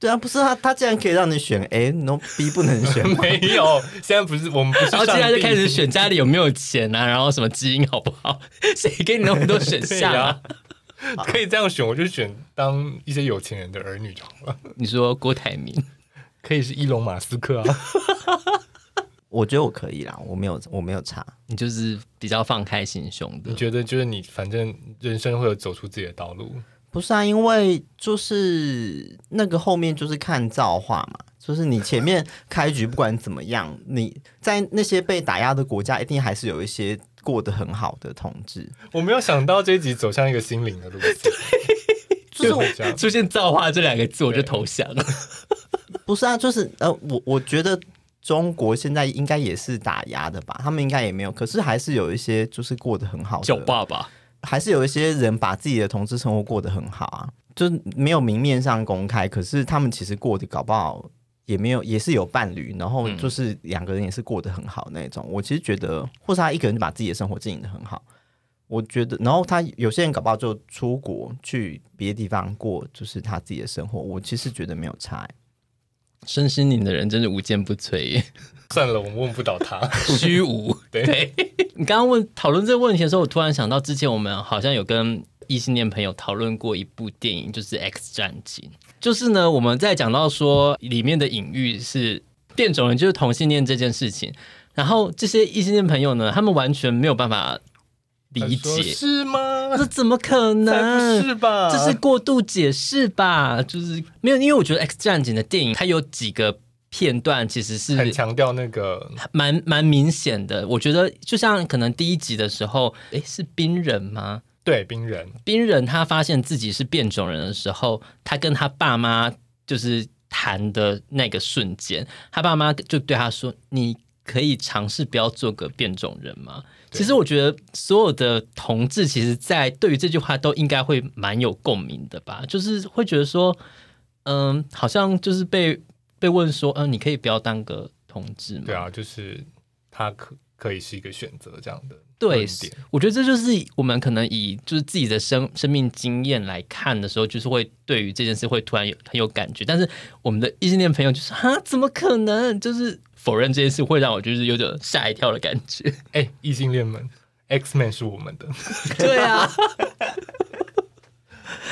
Speaker 2: 对啊，不是他，他竟然可以让你选 A，然后 B 不能选
Speaker 3: *laughs*
Speaker 2: 吗？
Speaker 3: *laughs* 没有，现在不是我们不是
Speaker 1: *laughs* 然后
Speaker 3: 上
Speaker 1: 接
Speaker 3: 帝，
Speaker 1: 哦下来就开始选家里有没有钱啊，然后什么基因好不好， *laughs* 谁给你那么多选
Speaker 3: *laughs* 对
Speaker 1: 项啊
Speaker 3: 呀？ *laughs* 可以这样选，我就选当一些有钱人的儿女就好了。
Speaker 1: 你说郭台铭，
Speaker 3: 可以是伊隆马斯克啊，
Speaker 2: 我觉得我可以啦，我没有，我没有差。
Speaker 1: 你就是比较放开心胸
Speaker 3: *laughs* 你
Speaker 1: 的，
Speaker 3: 觉得就是你，反正人生会有走出自己的道路。
Speaker 2: 不是啊，因为就是那个后面就是看造化嘛，就是你前面开局不管怎么样，你在那些被打压的国家，一定还是有一些过得很好的同志。
Speaker 3: *laughs* 我没有想到这一集走向一个心灵的路
Speaker 1: *laughs*
Speaker 3: 线，
Speaker 2: 就是我
Speaker 3: 这
Speaker 1: *laughs*
Speaker 3: 样
Speaker 1: 出现“造化”这两个字，我就投降了。
Speaker 2: 不是啊，就是呃，我我觉得中国现在应该也是打压的吧，他们应该也没有，可是还是有一些就是过得很好
Speaker 1: 叫
Speaker 2: 的，
Speaker 1: 爸爸，
Speaker 2: 还是有一些人把自己的同志生活过得很好啊，就是没有明面上公开，可是他们其实过得搞不好也没有，也是有伴侣，然后就是两个人也是过得很好那种。我其实觉得，或是他一个人就把自己的生活经营的很好。我觉得，然后他有些人搞不好就出国去别的地方过，就是他自己的生活。我其实觉得没有差、欸
Speaker 1: *laughs* 身心灵的人真是无坚不摧耶，
Speaker 3: 算了，我们问不倒他。
Speaker 1: 虚无。
Speaker 3: *laughs* 对
Speaker 1: 你刚刚问讨论这个问题的时候，我突然想到，之前我们好像有跟异性恋朋友讨论过一部电影，就是《X 战警》。就是呢，我们在讲到说里面的隐喻是变种人，就是同性恋这件事情。然后这些异性恋朋友呢，他们完全没有办法理
Speaker 3: 他呃
Speaker 1: 解，
Speaker 3: 说是吗？
Speaker 1: 这怎么可
Speaker 3: 才
Speaker 1: 能？
Speaker 3: 不是啊吧？
Speaker 1: 这是过度解释吧？就是没有，因为我觉得《X 战警》的电影它有几个片段其实是
Speaker 3: 很强调那个
Speaker 1: 蛮蛮明显的。我觉得就像可能第一集的时候，诶，是冰人吗？
Speaker 3: 对冰人，
Speaker 1: 冰人他发现自己是变种人的时候，他跟他爸妈就是谈的那个瞬间，他爸妈就对他说：“你可以尝试不要做个变种人吗？”
Speaker 3: 对
Speaker 1: 其实我觉得所有的同志，其实在对于这句话都应该会蛮有共鸣的吧，就是会觉得说，嗯，好像就是被被问说，嗯，你可以不要当个同志吗？
Speaker 3: 对啊，就是他可可以是一个选择这样的
Speaker 1: 对
Speaker 3: 论点，
Speaker 1: 我觉得这就是我们可能以就是自己的生生命经验来看的时候，就是会对于这件事会突然有很有感觉。但是我们的异性恋朋友就是啊，怎么可能？就是否认这件事，会让我就是有点吓一跳的感觉。 *laughs*
Speaker 3: 哎，异性恋们，X Man 是我们的， *laughs*
Speaker 1: 对啊，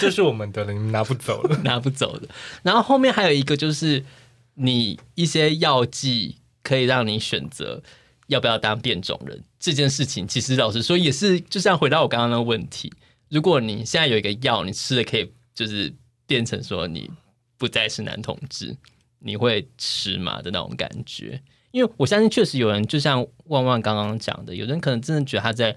Speaker 3: 这是我们的了，你们拿不走了。
Speaker 1: 拿不走的。然后后面还有一个就是你一些药剂可以让你选择要不要当变种人这件事情，其实老实说也是，就像回到我刚刚的问题，如果你现在有一个药，你吃了可以就是变成说你不再是男同志，你会吃吗的那种感觉？因为我相信确实有人，就像万万刚刚讲的，有人可能真的觉得他在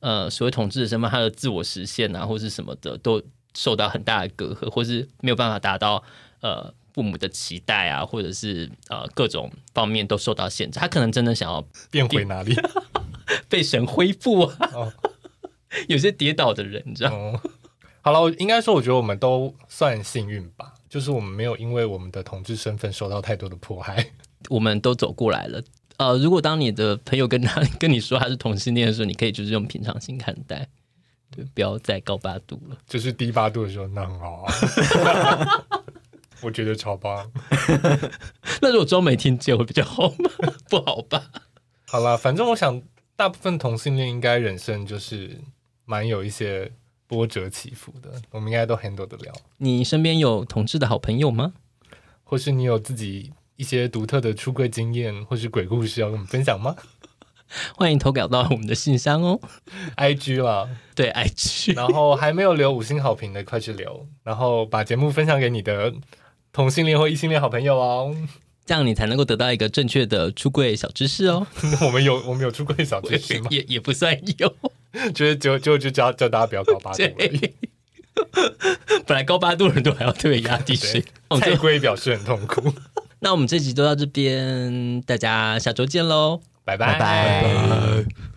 Speaker 1: 呃所谓统治的身份，他的自我实现啊，或是什么的，都受到很大的隔阂，或是没有办法达到呃父母的期待啊，或者是呃各种方面都受到限制。他可能真的想要
Speaker 3: 变回
Speaker 1: *laughs*
Speaker 3: 哪里？
Speaker 1: 被神恢复啊，
Speaker 3: 哦，
Speaker 1: *laughs* 有些跌倒的人，你知道吗，
Speaker 3: 哦，好了，我应该说，我觉得我们都算幸运吧，就是我们没有因为我们的同志身份受到太多的迫害。
Speaker 1: 我们都走过来了。呃，如果当你的朋友跟他 *laughs* 跟你说他是同性恋的时候，你可以就是用平常心看待，对，不要再高八度了。
Speaker 3: 就是低八度的时候，那很好啊， *laughs* 我觉得超棒。
Speaker 1: 那如果装没听见会比较好吗？ *laughs* 不好吧？
Speaker 3: 好啦，反正我想，大部分同性恋应该人生就是蛮有一些波折起伏的，我们应该都 handle 得了。
Speaker 1: 你身边有同志的好朋友吗？
Speaker 3: 或是你有自己一些独特的出柜经验，或是鬼故事要跟我们分享吗 *laughs*
Speaker 1: 欢迎投稿到我们的信箱哦。
Speaker 3: ？IG 啦，
Speaker 1: 对，IG，
Speaker 3: 然后还没有留五星好评的，快去留，然后把节目分享给你的同性恋或异性恋好朋友哦。
Speaker 1: 这样你才能够得到一个正确的出柜小知识哦。？
Speaker 3: *laughs* 我们有我们有出柜小知识吗
Speaker 1: 也也不算有，
Speaker 3: 就是就就就叫叫大家不要搞 *laughs* 八度而已。
Speaker 1: 对。 *laughs* 本来高八度的人都还要特别压低声
Speaker 3: 对。
Speaker 1: 哦
Speaker 3: 蔡
Speaker 1: 这
Speaker 3: 龟表示很痛苦。
Speaker 1: 那我们这集就到这边，大家下周见喽。
Speaker 3: 拜
Speaker 2: 拜拜
Speaker 3: 拜